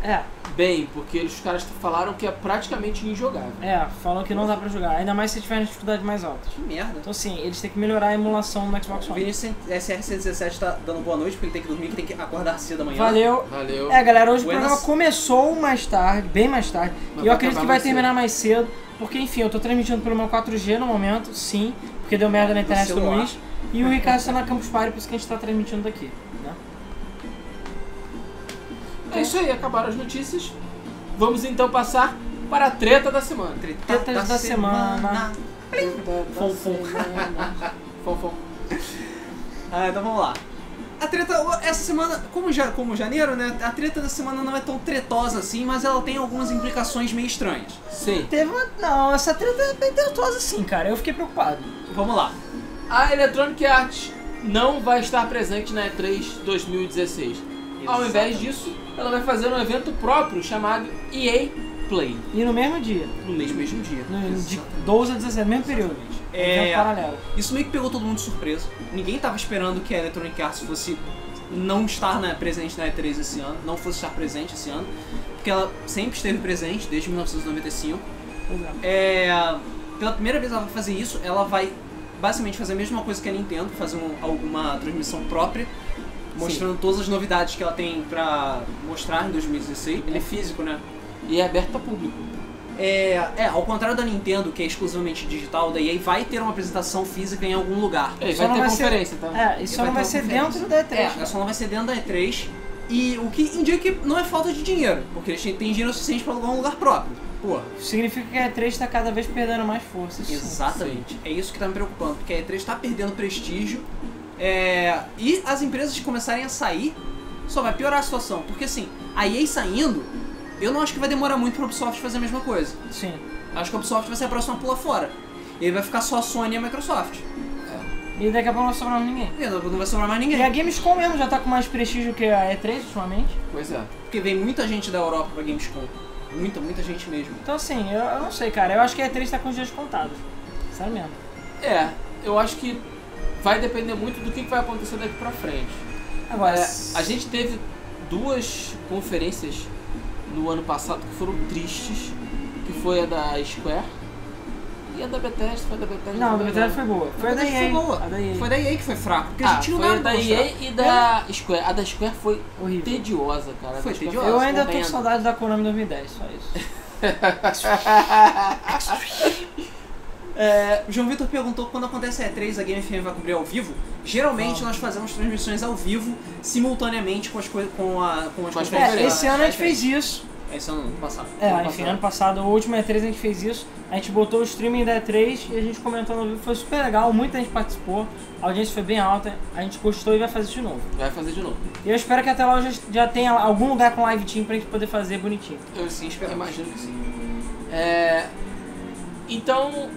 S3: é,
S2: bem, porque eles- os caras falaram que é praticamente injogável.
S3: é, falam que não dá pra jogar, ainda mais se tiver dificuldades mais altas.
S1: Que merda.
S3: Então assim, eles têm que melhorar a emulação no Xbox
S1: O
S3: One.
S1: Vinícius SR117 tá dando boa noite, porque ele tem que dormir, que tem que acordar cedo amanhã.
S3: Valeu.
S2: Valeu.
S3: É, galera, hoje
S1: Buenas-
S3: o programa começou mais tarde, bem mais tarde.
S2: Mas
S3: e eu
S2: vai
S3: acredito
S2: acabar
S3: que vai
S2: mais
S3: terminar mais cedo, porque enfim, eu tô transmitindo pelo meu 4G no momento, sim, porque deu merda na
S1: Do
S3: internet do
S1: É, celular.
S3: Luiz. E o Ricardo está na Campus Party, por isso que a gente tá transmitindo daqui. Né?
S2: É isso aí, acabaram as notícias. Vamos então passar para a treta da semana.
S3: Tetas da semana.
S1: Fofo.
S2: Fofão.
S1: Ah, então vamos lá. A treta, o- essa semana, como, já, como janeiro, né? A treta da semana não é tão tretosa assim, mas ela tem algumas implicações meio estranhas.
S2: Sim.
S3: Teve uma. Não, essa treta é bem tentosa sim, cara. Eu fiquei preocupado.
S1: Vamos lá.
S2: A Electronic Arts não vai estar presente na E3 2016. Ao invés disso, ela vai fazer um evento próprio chamado EA Play.
S3: E no mesmo dia,
S2: No mesmo, mesmo dia.
S3: no- de 12 a 17, mesmo período.
S1: É.
S3: Um paralelo.
S1: Isso meio que pegou todo mundo de surpresa. Ninguém tava esperando que a Electronic Arts fosse não estar na- presente na E3 esse ano, não fosse estar presente esse ano, porque ela sempre esteve presente desde 1995.
S3: Pois é.
S1: É, pela primeira vez ela vai fazer isso, ela vai basicamente fazer a mesma coisa que a Nintendo, fazer um- alguma transmissão própria, mostrando todas as novidades que ela tem pra mostrar em 2016. Ele é físico, né?
S2: E é aberto a público.
S1: É, é, ao contrário da Nintendo, que é exclusivamente digital, daí vai ter uma apresentação física em algum lugar.
S2: É,
S3: Só
S2: vai
S3: não
S2: ter
S3: vai ser-
S2: conferência, tá?
S3: É, isso só não vai
S1: ter
S3: ser
S1: uma conferência.
S3: dentro da E3.
S1: É, só não vai ser dentro da E3. E o que indica que não é falta de dinheiro, porque eles têm têm dinheiro suficiente pra alugar um lugar próprio. Porra.
S3: Significa que a E3 tá cada vez perdendo mais força. isso sim.
S1: Exatamente. É isso que tá me preocupando, porque a E3 tá perdendo prestígio É, e as empresas começarem a sair, só vai piorar a situação. Porque assim, a EA saindo, eu não acho que vai demorar muito pra Ubisoft fazer a mesma coisa.
S3: Sim.
S1: Acho que a Ubisoft vai ser a próxima a pular fora. E aí vai ficar só a Sony e a Microsoft.
S3: E daqui a pouco não vai sobrar ninguém.
S1: E não, não vai sobrar mais
S3: E a
S1: ninguém.
S3: Gamescom mesmo já tá com mais prestígio que a E3 ultimamente.
S2: Pois é.
S1: Porque vem muita gente da Europa pra Gamescom. Muita, muita gente mesmo.
S3: Então assim, eu, eu não sei, cara. Eu acho que a E3 tá com os dias contados. Sério mesmo.
S2: É, eu acho que vai depender muito do que que vai acontecer daqui pra frente.
S3: Agora,
S2: É, a gente teve duas conferências no ano passado que foram tristes, que foi a da Square e a da Bethesda, foi a da Bethesda.
S3: não, a da
S2: também,
S3: Bethesda foi boa. Foi a da
S1: Foi
S3: EA.
S1: boa.
S3: A da EA.
S1: Foi da EA que foi fraco. Porque a
S2: Ah,
S1: gente não
S2: foi a
S1: nada
S2: da
S1: pra mostrar.
S2: EA e da Square. A da Square foi
S3: Horrível.
S2: tediosa, cara. A
S1: Foi
S2: da Square
S1: tediosa.
S3: Eu ainda tô com
S2: horrenda.
S3: saudade da Konami 2010, só isso.
S1: É, o João Vitor perguntou quando acontece a E3, a Game FM vai cobrir ao vivo. Geralmente
S3: Ah.
S1: nós fazemos transmissões ao vivo, simultaneamente com as coisas com, a, com as
S2: Com as
S1: conferências.
S3: É, esse ano a gente
S1: E3.
S3: fez isso.
S1: Esse ano não, passado.
S3: É,
S1: Ano
S3: enfim,
S1: passado.
S3: ano passado, o último E3 a gente fez isso. A gente botou o streaming da E3 e a gente comentou no vídeo, foi super legal, muita gente participou, a audiência foi bem alta, a gente gostou e vai fazer isso de novo.
S2: Vai fazer de novo.
S3: E eu espero que até lá eu já, já tenha algum lugar com live team pra gente poder fazer bonitinho.
S2: Eu sim, espero, imagino que sim. É, então,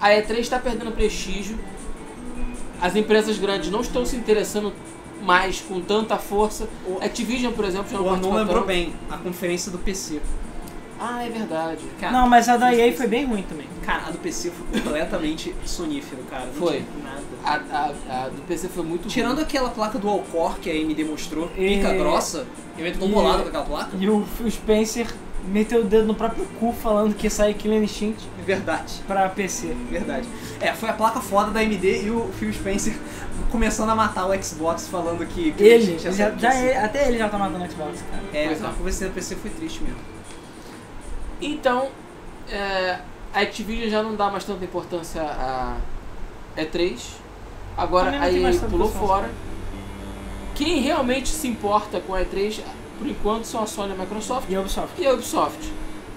S2: a E3 está perdendo prestígio. As empresas grandes não estão se interessando mais com tanta força.
S1: O-
S2: Activision, por exemplo, já não
S1: O Arnon
S2: participa
S1: lembrou
S2: tanto.
S1: bem a conferência do PC.
S2: Ah, é verdade.
S1: Cara,
S3: Não, mas a da EA foi bem ruim também.
S1: cara, a do PC foi completamente sonífero, cara. Não
S2: Foi.
S1: tinha Nada.
S2: A, a- a do PC foi muito ruim.
S1: Tirando aquela placa do Alcor que a AMD mostrou,
S3: E-
S1: pica grossa, eu ainda tô
S3: e-
S1: bolado com aquela placa.
S3: E o, o Spencer meteu o dedo no próprio cu falando que ia sair Killer Instinct
S1: Verdade,
S3: pra PC.
S1: verdade. É, foi a placa foda da AMD e o Phil Spencer começando a matar o Xbox falando que... que a
S3: Ele,
S1: gente ia
S3: já,
S1: sair
S3: já
S1: disso.
S3: ele- até ele já tá matando o Xbox, cara.
S1: É,
S2: Pois é.
S1: a conversa do PC foi triste mesmo.
S2: Então, é, a Activision já não dá mais tanta importância a E3. Agora
S3: Também não
S2: a
S3: tem mais
S2: EA
S3: tanta
S2: pulou
S3: importância.
S2: fora. Quem realmente se importa com a E3, por enquanto, são a Sony e a Microsoft
S3: E a Ubisoft.
S2: e a Ubisoft.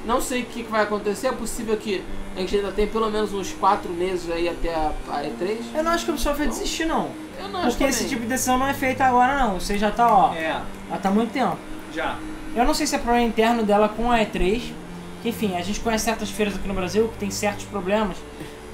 S2: Não sei o que que vai acontecer, é possível que a gente ainda tenha pelo menos uns 4 meses aí até a, a E3.
S3: Eu não acho que a Ubisoft vai
S2: Não.
S3: desistir, não.
S2: Eu não acho
S3: Porque esse
S2: também.
S3: tipo de decisão não é feita agora, não. Você já tá, ó,
S1: É,
S3: já tá há muito tempo.
S1: já.
S3: Eu não sei se é problema interno dela com a E3. que, enfim, a gente conhece certas feiras aqui no Brasil que tem certos problemas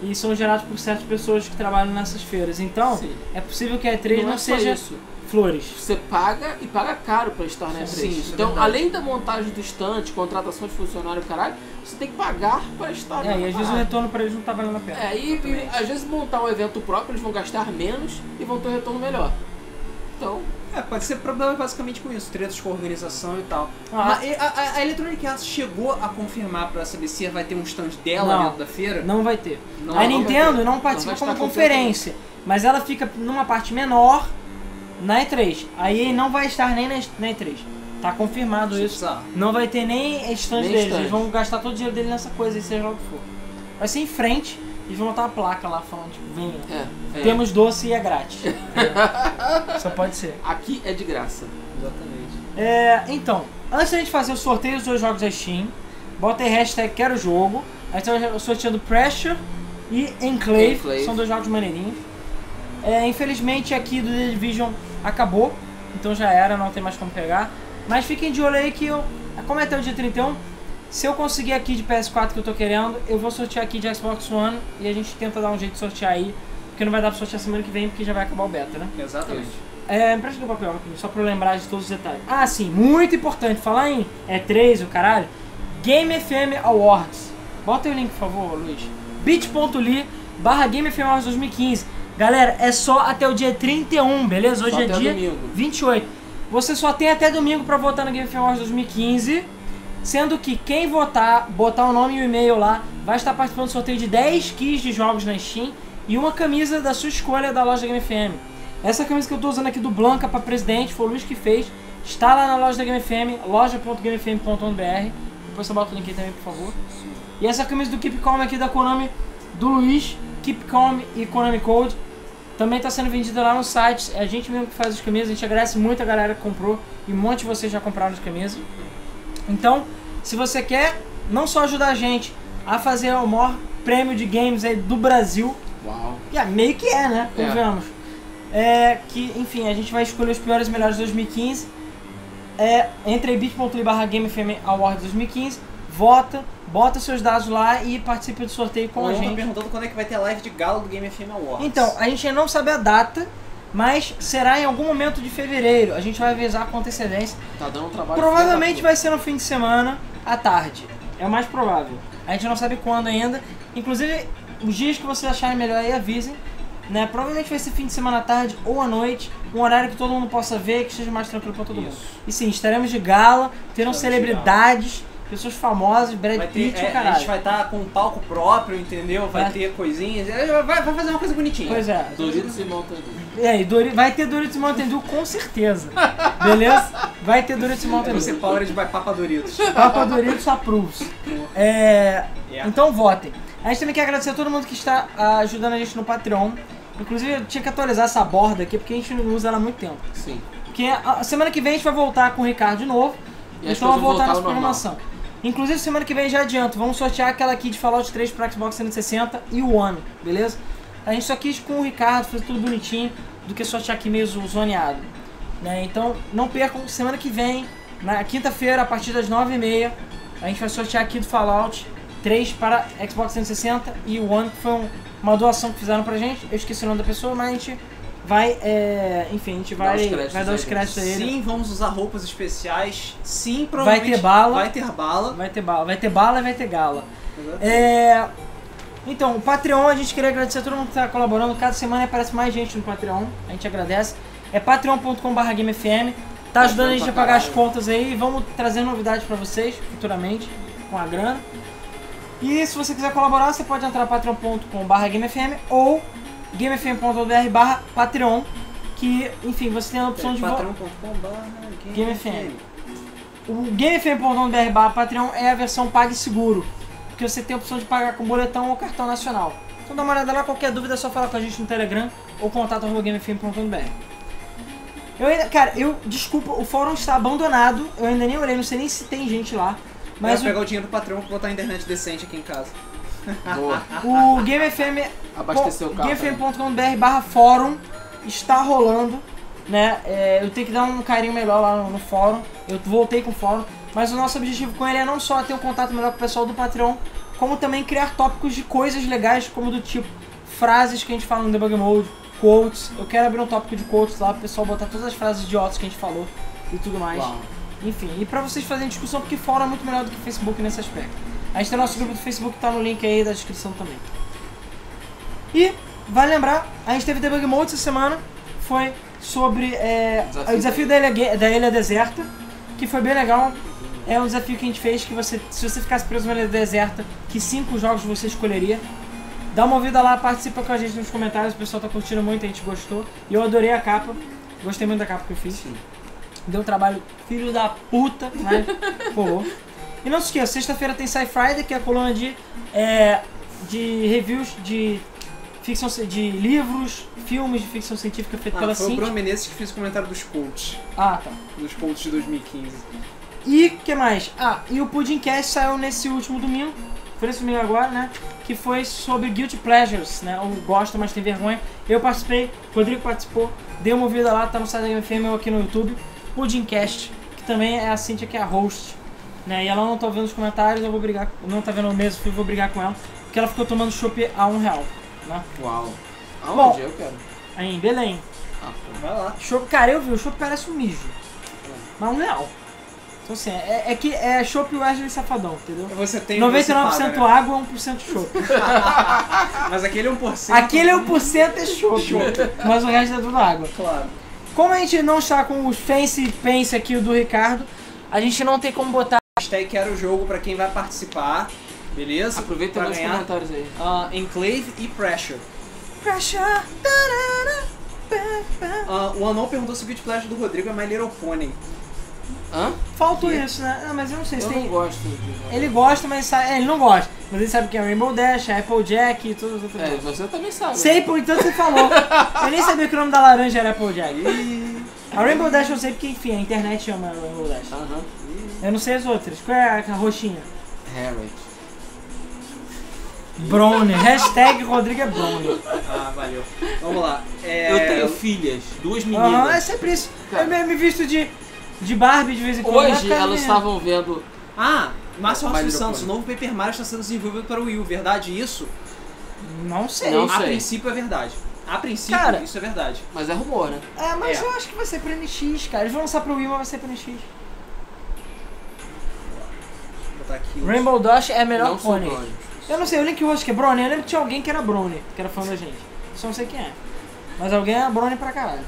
S3: e são gerados por certas pessoas que trabalham nessas feiras. Então,
S2: Sim.
S3: é possível que a E3 não,
S2: é só
S3: seja
S2: isso.
S3: flores.
S2: Você paga e paga caro pra estar na E3.
S1: Sim, isso é
S2: então,
S1: verdade.
S2: além da montagem do estante, contratação de funcionário, caralho, você tem que pagar pra estar
S3: É, e
S2: na
S3: às vezes o
S2: parada.
S3: retorno pra eles não tá valendo a pena.
S2: É, e, e às vezes montar um evento próprio, eles vão gastar menos e vão ter um retorno melhor. Então,
S1: É, pode ser problema basicamente com isso, tretas com a organização e tal.
S3: Ah,
S1: Mas e- a, a- a Electronic Arts chegou a confirmar pra saber se vai ter um stand dela
S3: Não.
S1: dentro da feira?
S3: Não vai ter.
S1: Não,
S3: a
S1: não
S3: Nintendo não
S2: Não
S3: participa
S2: vai
S3: como
S2: estar
S3: conferência, mas ela fica numa parte menor na E3. A EA não vai estar nem na na E3. Tá confirmado isso.
S1: Bizarro.
S3: Não vai ter nem stand
S2: Nem
S3: deles,
S2: stand.
S3: eles vão gastar todo o dinheiro dele nessa coisa, aí, seja lá o que for. Vai ser em frente, eles vão botar a placa lá falando, tipo, venha.
S2: é, é,
S3: Temos doce e é grátis. É. Só pode ser.
S2: aqui é de graça.
S1: Exatamente.
S3: É, então, antes da gente fazer o sorteio dos dois jogos da Steam, bota aí hashtag quero jogo. A gente tá sorteando Pressure e Enclave,
S2: Enclave.
S3: são dois jogos maneirinhos. É, infelizmente aqui do The Division acabou, então já era, não tem mais como pegar. Mas fiquem de olho aí que eu, como é até o dia 31, se eu conseguir aqui de PS4 que eu tô querendo, eu vou sortear aqui de Xbox One e a gente tenta dar um jeito de sortear aí, porque não vai dar pra sortear semana que vem, porque já vai acabar o beta, né?
S1: Exatamente.
S3: É, me presta o papel rapidinho, só pra eu lembrar de todos os detalhes. Ah, sim, muito importante, falar em E3, o caralho, Game FM Awards. Bota aí o link, por favor, Luiz. bit.ly barra Game FM Awards 2015. Galera, é só até o dia 31, beleza? Hoje
S2: Só
S3: é
S2: até
S3: dia
S2: domingo.
S3: 28. Você só tem até domingo pra votar no Game FM Awards 2015, sendo que quem votar, botar o nome e o e-mail lá, vai estar participando do sorteio de 10 keys de jogos na Steam e uma camisa da sua escolha da loja Game FM. Essa camisa que eu tô usando aqui do Blanca pra presidente, foi o Luiz que fez, está lá na loja da Game FM, loja.gamefm.br. Depois você bota o link aí também, por favor. E essa é camisa do Keep Calm aqui da Konami, do Luiz, Keep Calm e Konami Code, também está sendo vendida lá no site. É a gente mesmo que faz as camisas, a gente agradece muito a galera que comprou e um monte de vocês já compraram as camisas. Então, se você quer não só ajudar a gente a fazer o maior prêmio de games aí do Brasil,
S2: Uau.
S3: que é meio que é, né?
S2: É.
S3: Convenhamos. É, que, enfim, a gente vai escolher os piores e melhores de 2015. É, entra em bit.ly barra GameFM Award 2015, vota, bota seus dados lá e participe do sorteio com
S1: Bom,
S3: a
S1: eu tô
S3: gente.
S1: perguntando quando é que vai ter live de gala do Game FM Awards.
S3: Então, a gente ainda não sabe a data, mas será em algum momento de fevereiro. A gente vai avisar com antecedência.
S2: Tá dando um trabalho.
S3: Provavelmente vai ser no fim de semana, à tarde. É o mais provável. A gente não sabe quando ainda. Inclusive, os dias que vocês acharem melhor aí avisem. Né? Provavelmente vai ser fim de semana à tarde ou à noite, um horário que todo mundo possa ver, que seja mais tranquilo pra todo mundo.
S2: Isso.
S3: E sim, estaremos de gala, terão
S4: Estaremos de
S3: celebridades, pessoas famosas, Brad
S1: Vai ter,
S3: Pitt e
S1: é,
S3: o
S1: a
S3: caralho.
S1: gente vai estar com um palco próprio, entendeu? Vai
S3: É.
S1: ter coisinhas. é, Vai, vai fazer uma coisa bonitinha.
S3: Pois é.
S2: Doritos e Mountain
S3: E aí, Dori... vai ter Doritos Mountain Dew com certeza. Beleza? Vai ter Doritos Mountain
S1: Você
S3: Dew.
S1: Powered by Papa Doritos.
S3: Papa Doritos approves. É...
S1: Yeah.
S3: Então votem. A gente também quer agradecer a todo mundo que está ah, ajudando a gente no Patreon. Inclusive, eu tinha que atualizar essa borda aqui, porque a gente não usa ela há muito tempo.
S2: Sim.
S3: Porque a a semana que vem a gente vai voltar com o Ricardo de novo.
S2: E as
S3: então vai
S2: coisas vão
S3: voltar
S2: voltar
S3: nessa
S2: ao normal.
S3: programação. Inclusive, semana que vem já adianto. Vamos sortear aquela aqui de Fallout 3 para Xbox 360 e o One, beleza? A gente só quis com o Ricardo fazer tudo bonitinho do que sortear aqui meio zo- zoneado. Né? Então, não percam. Semana que vem, na quinta-feira, a partir das 9h30, a gente vai sortear aqui do Fallout 3 para Xbox 360 e o One, que foi um- uma doação que fizeram pra gente. Eu esqueci o nome da pessoa, mas a gente vai. é, Enfim, a gente
S2: Dá
S3: vai,
S2: os créditos
S3: vai dar
S2: aí,
S3: os créditos a ele.
S1: Sim, vamos usar roupas especiais. Sim,
S3: né? Vai
S1: provavelmente.
S3: ter bala.
S1: Vai ter bala.
S3: Vai ter bala, vai ter bala e vai ter gala. É... Então, o Patreon, a gente queria agradecer a todo mundo que está colaborando. Cada semana aparece mais gente no Patreon, a gente agradece. É patreon.com.br GameFM. Tá ajudando a gente a pagar as contas aí. Vamos trazer novidades para vocês futuramente com a grana. E se você quiser colaborar, você pode entrar patreon.com.br GameFM ou gamefm.br/barra Patreon. Que, enfim, você tem a opção de vo-
S1: Patreon.com.br
S3: Game FM. o GameFM.com.br barra Patreon é a versão PagSeguro, porque você tem a opção de pagar com boletão ou cartão nacional. Então dá uma olhada lá, qualquer dúvida é só falar com a gente no Telegram ou contato arroba gamefm.com.br. Eu ainda, cara, eu, desculpa, o fórum está abandonado, eu ainda nem olhei, não sei nem se tem gente lá,
S1: Mas
S3: mas
S1: eu
S3: o,
S1: pegar o dinheiro do Patreon pra botar a internet decente aqui em casa.
S2: Boa.
S3: o GameFM
S2: Abasteceu o carro.
S3: GameFM.com.br barra fórum está rolando, né? É, eu tenho que dar um carinho melhor lá no, no fórum. Eu voltei com o fórum, mas o nosso objetivo com ele é não só ter um contato melhor com o pessoal do Patreon, como também criar tópicos de coisas legais, como do tipo frases que a gente fala no debug mode, quotes. Eu quero abrir um tópico de quotes lá pro pessoal botar todas as frases idiotas que a gente falou e tudo mais.
S2: Uau.
S3: Enfim, e pra vocês fazerem discussão, porque fórum é muito melhor do que Facebook nesse aspecto. A gente tem nosso grupo do Facebook, tá no link aí da descrição também. E, vale lembrar, a gente teve debug mode essa semana, foi sobre é,
S2: Desafio
S3: o desafio da ilha, Ge- da ilha deserta, que foi bem legal. É um desafio que a gente fez que você, se você ficasse preso numa ilha deserta, que cinco jogos você escolheria. Dá uma ouvida lá, participa com a gente nos comentários, o pessoal tá curtindo muito, a gente gostou. E eu adorei a capa, gostei muito da capa que eu fiz. Deu um trabalho filho da puta, mas rolou. E não se esqueça, sexta-feira tem Sci Friday, que é a coluna de, é, de reviews de ficção ci- de livros, filmes de ficção científica feito
S1: Ah,
S3: pela
S1: foi o
S3: Cinti.
S1: Bruno Menezes que fez o comentário dos Colts.
S3: Ah, tá.
S1: Dos Colts de 2015.
S3: E que mais? Ah, e o Pudimcast saiu nesse último domingo, foi nesse domingo agora, né? Que foi sobre Guilty Pleasures, né? O gosto, mas tem vergonha. Eu participei, o Rodrigo participou, dei uma ouvida lá, tá no site da Game FM ou aqui no YouTube. Pudimcast, que também é a Cintia que é a host, né? E ela não tá vendo os comentários, eu vou brigar, não tá vendo o mesmo, eu vou brigar com ela, porque ela ficou tomando chopp a um real, né?
S2: Uau. Aonde? eu quero.
S3: Aí em Belém.
S2: Ah, pô.
S1: Vai lá.
S3: Chopp, cara, eu vi, o chopp parece um mijo.
S2: É.
S3: Mas um real. Então assim, é, é que é chopp Wesley Safadão, entendeu?
S1: Você tem
S3: 99%
S1: você paga, né?
S3: água, 1% chopp.
S1: Mas aquele é 1%.
S3: Aquele 1% é chopp, mas o resto é tudo água.
S1: Claro.
S3: Como a gente não está com os fancy pence aqui do Ricardo, a gente não tem como botar.
S1: Hashtag quero o jogo pra quem vai participar. Beleza?
S2: Aproveita
S1: pra
S2: meus
S1: ganhar.
S2: comentários aí.
S1: Ah, Enclave e Pressure.
S3: Pressure. tarara, pá, pá.
S1: Ah, o Anon perguntou se o Guilty Pleasure do Rodrigo é My Little Pony.
S2: Hã?
S3: Faltou isso, né? Ah, mas eu não sei se
S2: Eu
S3: tem.
S2: não gosto de...
S3: Ele gosta, mas sabe... é, ele não gosta. Mas ele sabe que é Rainbow Dash, é Applejack e tudo, tudo, tudo.
S2: É, você também sabe.
S3: Sei, por enquanto você falou. Eu nem sabia que o nome da laranja era Applejack. A Rainbow Dash eu sei porque, enfim, a internet chama Rainbow Dash.
S2: Aham.
S3: Eu não sei as outras. Qual é a a roxinha?
S2: Harriet.
S3: Brownie. Hashtag Rodrigo é Brownie.
S1: Ah, valeu. Vamos lá. É,
S2: Eu tenho filhas, duas
S3: Aham, é
S2: meninas.
S3: sempre isso.
S2: Cara.
S3: Eu me, me visto de, de Barbie de vez em quando.
S2: Hoje
S3: Ah, cara,
S2: elas
S3: é.
S2: estavam vendo.
S1: Ah, Márcio
S2: My
S1: Rossi
S2: Little
S1: Santos, o
S2: Pony.
S1: novo Paper Mario está sendo desenvolvido para o Wii U, verdade isso?
S3: Não sei.
S2: Não.
S1: a
S2: sei.
S1: princípio é verdade. A princípio,
S3: Cara.
S1: isso é verdade.
S2: Mas é rumor, né?
S3: É, mas
S1: É.
S3: eu acho que vai ser pra NX, cara. Eles vão lançar pro Wii, mas vai ser pra NX.
S1: Vou botar aqui. os-
S3: Rainbow Dash é a melhor
S2: não são
S3: pony.
S2: nós.
S3: Eu não sei, eu lembro que o Rocha que é Brony. Eu lembro que tinha alguém que era Brony, que era fã da gente. Só não sei quem é. Mas alguém é Brony pra caralho.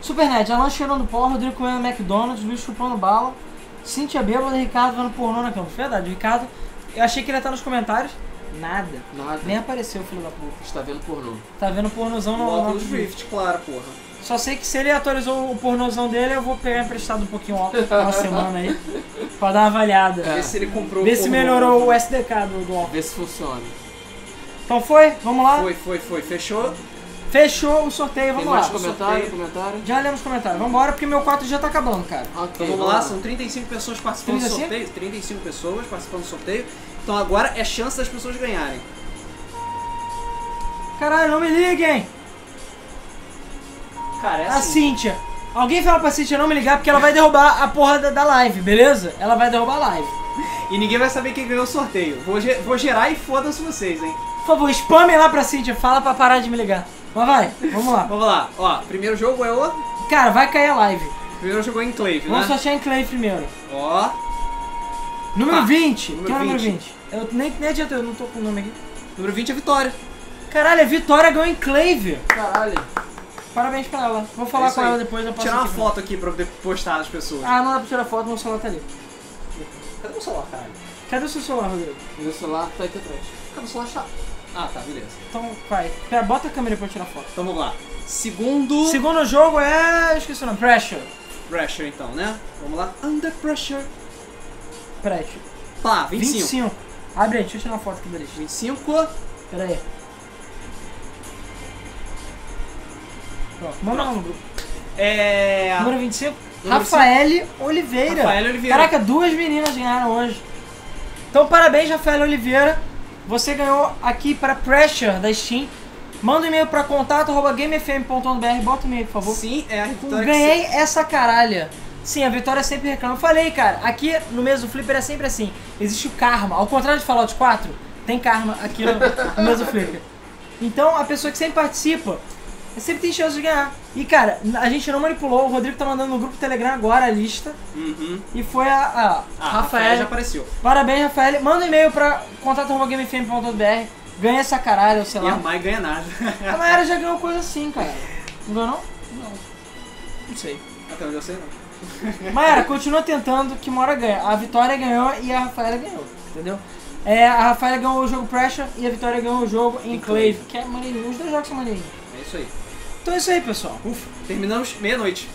S3: Supernet, Alan cheirando pó, Rodrigo comendo McDonald's, Luiz chupando bala, Cintia bêbada, Ricardo vendo pornô na cama. Verdade, o Ricardo, eu achei que ele ia estar nos comentários. Nada.
S2: Nada.
S3: Nem apareceu, filho da puta.
S2: Está vendo pornô.
S3: Tá vendo pornozão
S1: O
S3: no
S1: Oculus
S3: no-
S1: Rift, claro, porra.
S3: Só sei que se ele atualizou o pornozão dele, eu vou pegar emprestado um pouquinho o óculos uma semana aí. Pra dar uma avaliada.
S2: Tá.
S1: Vê se ele comprou
S3: Vê
S1: É,
S3: se
S1: pornô.
S3: melhorou o SDK do, do óculos.
S2: Vê se funciona.
S3: Então foi? Vamos lá?
S1: Foi, foi, foi. Fechou?
S3: Fechou o sorteio,
S2: Tem
S3: vamos
S2: mais
S3: lá.
S2: comentário?
S1: sorteio.
S2: Comentário?
S3: Já lemos os comentários. Vambora, porque meu 4 já tá acabando, cara.
S2: Ok.
S1: Então vamos lá, são 35 pessoas participando do
S3: 35?
S1: sorteio. 35 pessoas participando do sorteio. Então agora é chance das pessoas ganharem.
S3: Caralho, não me liguem!
S1: Cara, é
S3: A
S1: assim.
S3: Cíntia. Alguém fala pra Cíntia não me ligar porque ela vai derrubar a porra da, da live, beleza? Ela vai derrubar a live.
S1: E ninguém vai saber quem ganhou o sorteio. Vou, ge- vou gerar e foda-se vocês, hein?
S3: Por favor, spamem lá pra Cíntia, fala pra parar de me ligar. Mas vai, vamos lá.
S1: Vamos lá, ó. Primeiro jogo é o.
S3: Cara, vai cair a live.
S1: Primeiro jogo é Enclave,
S3: Vamos
S1: né?
S3: sortear em Clay primeiro.
S1: Ó.
S3: Número
S1: Tá.
S3: 20.
S1: Número
S3: Quem é o número
S1: 20?
S3: 20? Eu nem, nem adianta, eu não tô com o nome aqui.
S1: Número 20 é Vitória.
S3: Caralho, a Vitória ganhou Enclave.
S2: Caralho.
S3: Parabéns pra ela. Vou
S1: É
S3: falar
S1: isso
S3: com
S1: aí.
S3: ela depois, eu
S1: Vou
S3: posso
S1: tirar uma
S3: aqui, né?
S1: foto aqui pra poder postar as pessoas.
S3: Ah, não dá pra tirar foto, meu celular tá ali.
S1: Cadê o celular, caralho?
S3: Cadê o seu celular, Rodrigo?
S2: Meu celular tá aqui atrás.
S1: Cadê o celular? Tá. Ah, tá, beleza.
S3: Então vai. Pera, bota a câmera pra eu tirar foto.
S1: Então vamos lá. Segundo.
S3: Segundo jogo é. eu Esqueci o nome. Pressure.
S1: Pressure, então, né? Vamos lá. Under Pressure.
S3: Pressure.
S1: Pá, 25.
S3: 25. Abre aí, deixa eu tirar uma foto aqui da lista.
S1: 25.
S3: Pera aí. Pronto, manda lá no grupo.
S1: É.
S3: Número 25,
S1: Número
S3: Rafael Oliveira.
S1: Rafael Oliveira.
S3: Caraca, duas meninas ganharam hoje. Então, parabéns, Rafael Oliveira. Você ganhou aqui para Pressure da Steam. Manda um e-mail para contato.gamefm.br. Bota o e-mail, por favor.
S1: Sim, é a Vitória que
S3: Ganhei essa caralha. Sim, a Vitória sempre reclama. Eu falei, cara, aqui no mês do Flipper é sempre assim. Existe o karma. Ao contrário de Fallout 4, tem karma aqui no, no mês do Flipper. Então, a pessoa que sempre participa, sempre tem chance de ganhar. E, cara, a gente não manipulou. O Rodrigo tá mandando no grupo Telegram agora a lista.
S1: Uhum.
S3: E foi a, a
S1: Ah,
S3: Rafael.
S1: já apareceu.
S3: Parabéns, Rafael. Manda um e-mail pra contato.gamefm.br. Ganha essa caralho, sei
S1: E a
S3: tá lá.
S1: Mai ganha nada.
S3: A Mayara já ganhou coisa assim, cara. Não ganhou, não? Não sei.
S1: Até onde eu sei, não.
S3: Mayara, continua tentando que uma hora ganha. A Vitória ganhou e a Rafaela ganhou, entendeu? É, a Rafaela ganhou o jogo Pressure e a Vitória ganhou o jogo Enclave, que é maneirinho. Os dois jogos são maneirinhos.
S1: É isso aí.
S3: Então é isso aí, pessoal.
S1: Ufa, terminamos meia-noite.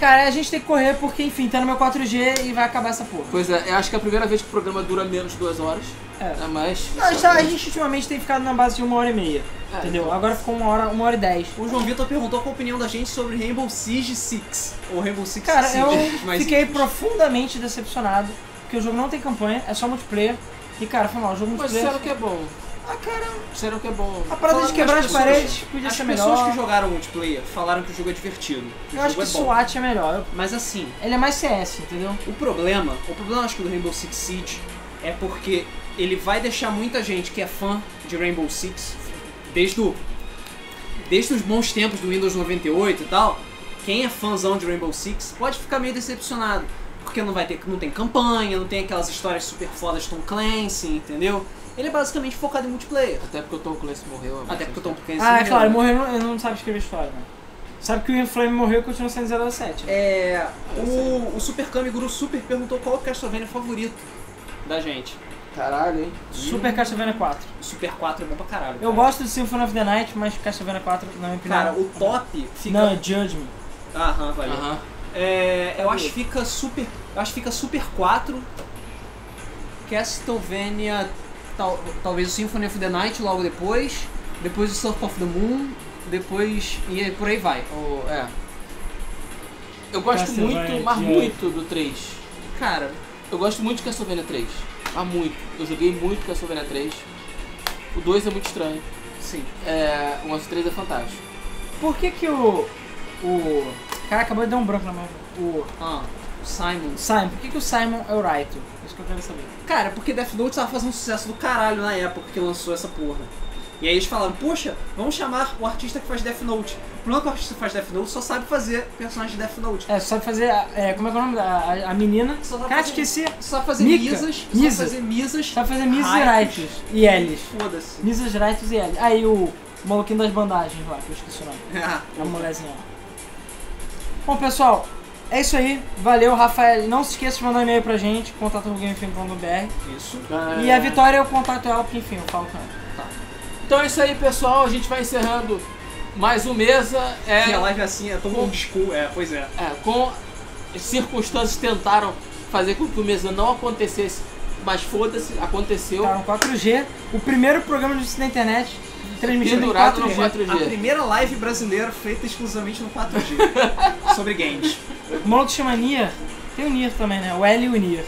S3: Cara, a gente tem que correr porque, enfim, tá no meu 4G e vai acabar essa porra.
S2: Pois é, eu acho que é a primeira vez que o programa dura menos de duas horas.
S3: É.
S2: né, Mas.
S1: Ah,
S3: Não, a, gente tá- a gente ultimamente tem ficado na base de uma hora e meia,
S2: É,
S3: entendeu? Agora ficou uma hora, uma hora e dez.
S1: O João Vitor perguntou qual a opinião da gente sobre Rainbow Siege 6. Ou Rainbow Six
S3: Cara,
S1: Siege.
S3: eu
S1: mas-
S3: fiquei profundamente decepcionado, porque o jogo não tem campanha, é só multiplayer. E, cara, foi mal, o jogo
S2: Mas
S3: multiplayer...
S2: disseram que é bom.
S3: Ah, cara,
S2: Disseram que é bom.
S3: a parada de
S1: Falando
S3: quebrar
S1: das
S3: as
S1: pessoas,
S3: paredes podia
S1: As
S3: ser
S1: pessoas
S3: melhor.
S1: que jogaram multiplayer falaram que o jogo é divertido. que o
S3: Eu acho
S1: jogo
S3: que
S1: é bom.
S3: SWAT é melhor. Eu-
S1: Mas assim,
S3: Ele é mais CS, entendeu?
S1: o problema, o problema acho que do Rainbow Six Siege é porque ele vai deixar muita gente que é fã de Rainbow Six desde o desde os bons tempos do Windows 98 e tal, quem é fãzão de Rainbow Six pode ficar meio decepcionado, porque não vai ter não tem campanha, não tem aquelas histórias super fodas de Tom Clancy, entendeu? Ele é basicamente focado em multiplayer.
S2: Até porque o Tom Clancy morreu. é
S1: Até
S2: bastante
S1: porque o Tom Clancy
S3: Ah, é
S1: morreu,
S3: claro,
S1: né?
S3: morreu, não- ele não sabe escrever história, né? Sabe que o Inflame morreu e continua sendo 007. né?
S1: É, o, o Super Guru Super perguntou qual é o Castlevania favorito da gente.
S2: tempo. Caralho, hein?
S3: Super Castlevania 4.
S1: O Super 4 é bom pra caralho.
S3: Eu
S1: cara.
S3: gosto de Symphony of the Night, mas Castlevania 4 não é opinião.
S1: Cara, o top fica.
S3: Não, é Judgment.
S1: Aham, valeu.
S2: Aham.
S1: É, eu acho que fica Super. Eu acho que fica Super 4. Castlevania. tal- talvez o Symphony of the Night logo depois. Depois o Surf of the Moon. Depois. E aí, por aí vai.
S2: O- é. Eu gosto
S3: Castlevania,
S1: Tá,
S2: muito, mas
S3: é.
S2: muito do 3.
S1: Cara,
S2: Eu gosto muito de Castlevania 3. há muito. Eu joguei muito Castlevania 3. O 2 é muito estranho.
S1: Sim.
S2: É, o 11 3 é fantástico.
S3: Por que que o. O. Cara, acabou de dar um branco na mão. O.
S1: Ah, o Simon.
S3: Simon. Por que que o Simon é o Raito? Isso que eu quero saber.
S1: Cara, porque Death Note tava fazendo um sucesso do caralho na época que lançou essa porra. E aí eles falaram, poxa, vamos chamar o artista que faz Death Note. O problema é que o artista que faz Death Note só sabe fazer personagem de Death Note.
S3: É, sabe fazer. a- é, como é que é o nome da a, a menina?
S1: Só sabe
S3: Cara,
S1: fazer-
S3: esqueci.
S1: Só sabe fazer
S3: Mika.
S1: misas, só sabe
S3: Misa.
S1: fazer misas,
S3: Sabe fazer Mrs.
S1: Raitos.
S3: Raitos e Ellis.
S1: foda-se.
S3: Mrs. Raitos e Ellis. Aí o, o maluquinho das bandagens lá, que eu esqueci o nome. A mulherzinha lá. Bom, pessoal, é isso aí. Valeu, Rafael. Não se esqueça de mandar um e-mail pra gente, contato.gamefilm.br.
S1: Isso.
S2: É.
S3: E a Vitória, eu contato ela, porque enfim, eu falo com ela.
S2: Então é isso aí, pessoal. A gente vai encerrando mais um mesa. É,
S1: E a live assim é tão
S2: Bom.
S1: old school, é, pois é.
S2: é, com circunstâncias tentaram fazer com que o mesa não acontecesse, mas foda-se, aconteceu.
S3: Tá no 4G, o primeiro programa de notícias da internet transmitido em
S2: Pendurado no
S3: 4G.
S2: 4G.
S1: A primeira live brasileira feita exclusivamente no 4G. sobre games.
S3: O maluco chama Nier. Tem o Nier também, né? O L e o Nier.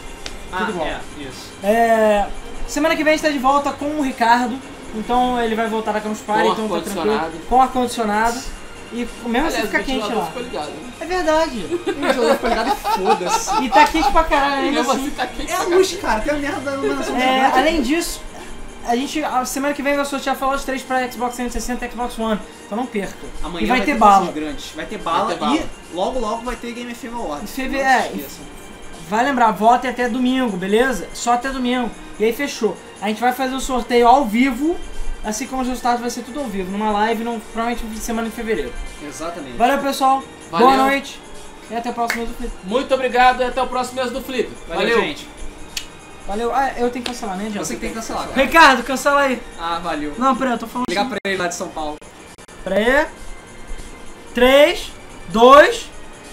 S1: Ah,
S3: bom.
S1: é, isso.
S3: É, Semana que vem a gente tá de volta com o Ricardo. Então ele vai voltar a Campus Party, então tá
S2: ar-condicionado.
S3: tranquilo. Com ar-condicionado. E mesmo assim
S2: Aliás,
S3: fica
S2: o
S3: quente
S2: ventilador
S3: lá.
S2: ficou ligado.
S3: É verdade.
S1: Um jogo foi ligado, foda-se.
S3: E tá quente pra caralho ainda
S2: Mesmo
S3: assim.
S2: assim, tá quente.
S1: É a luz, cara, tem a merda da iluminação de
S3: É,
S1: merda.
S3: além disso, a gente, a semana que vem vai sortear Fallout 3 pra Xbox 360 e Xbox One. Então não perca.
S1: Amanhã
S3: e vai, ter
S1: coisas
S3: bala.
S1: Grandes. Vai ter bala.
S2: Vai ter bala.
S1: e logo logo vai ter Game FM Awards.
S3: Em feve-
S1: Não
S3: é,
S1: se esqueçam.
S3: Vai lembrar, vote até domingo, beleza? Só até domingo. E aí fechou. A gente vai fazer o sorteio ao vivo, assim como os resultados vai ser tudo ao vivo, numa live, num, provavelmente no fim de semana de fevereiro.
S1: Exatamente.
S3: Valeu, pessoal.
S2: Valeu.
S3: Boa noite. E até o próximo vídeo.
S2: Muito obrigado e até o próximo mesa do Flip.
S1: Valeu, gente.
S3: Valeu. Ah, eu tenho que cancelar, né, Diego?
S1: Você que tem que cancelar. cara.
S3: Ricardo, cancela aí.
S1: Ah, valeu.
S3: Não, pera, eu tô falando.
S1: Ligar pra ele lá de São Paulo.
S3: Pera aí. um. 3, 2,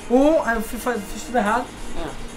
S3: 1. Ah, eu fui fa- fiz tudo errado.
S2: É.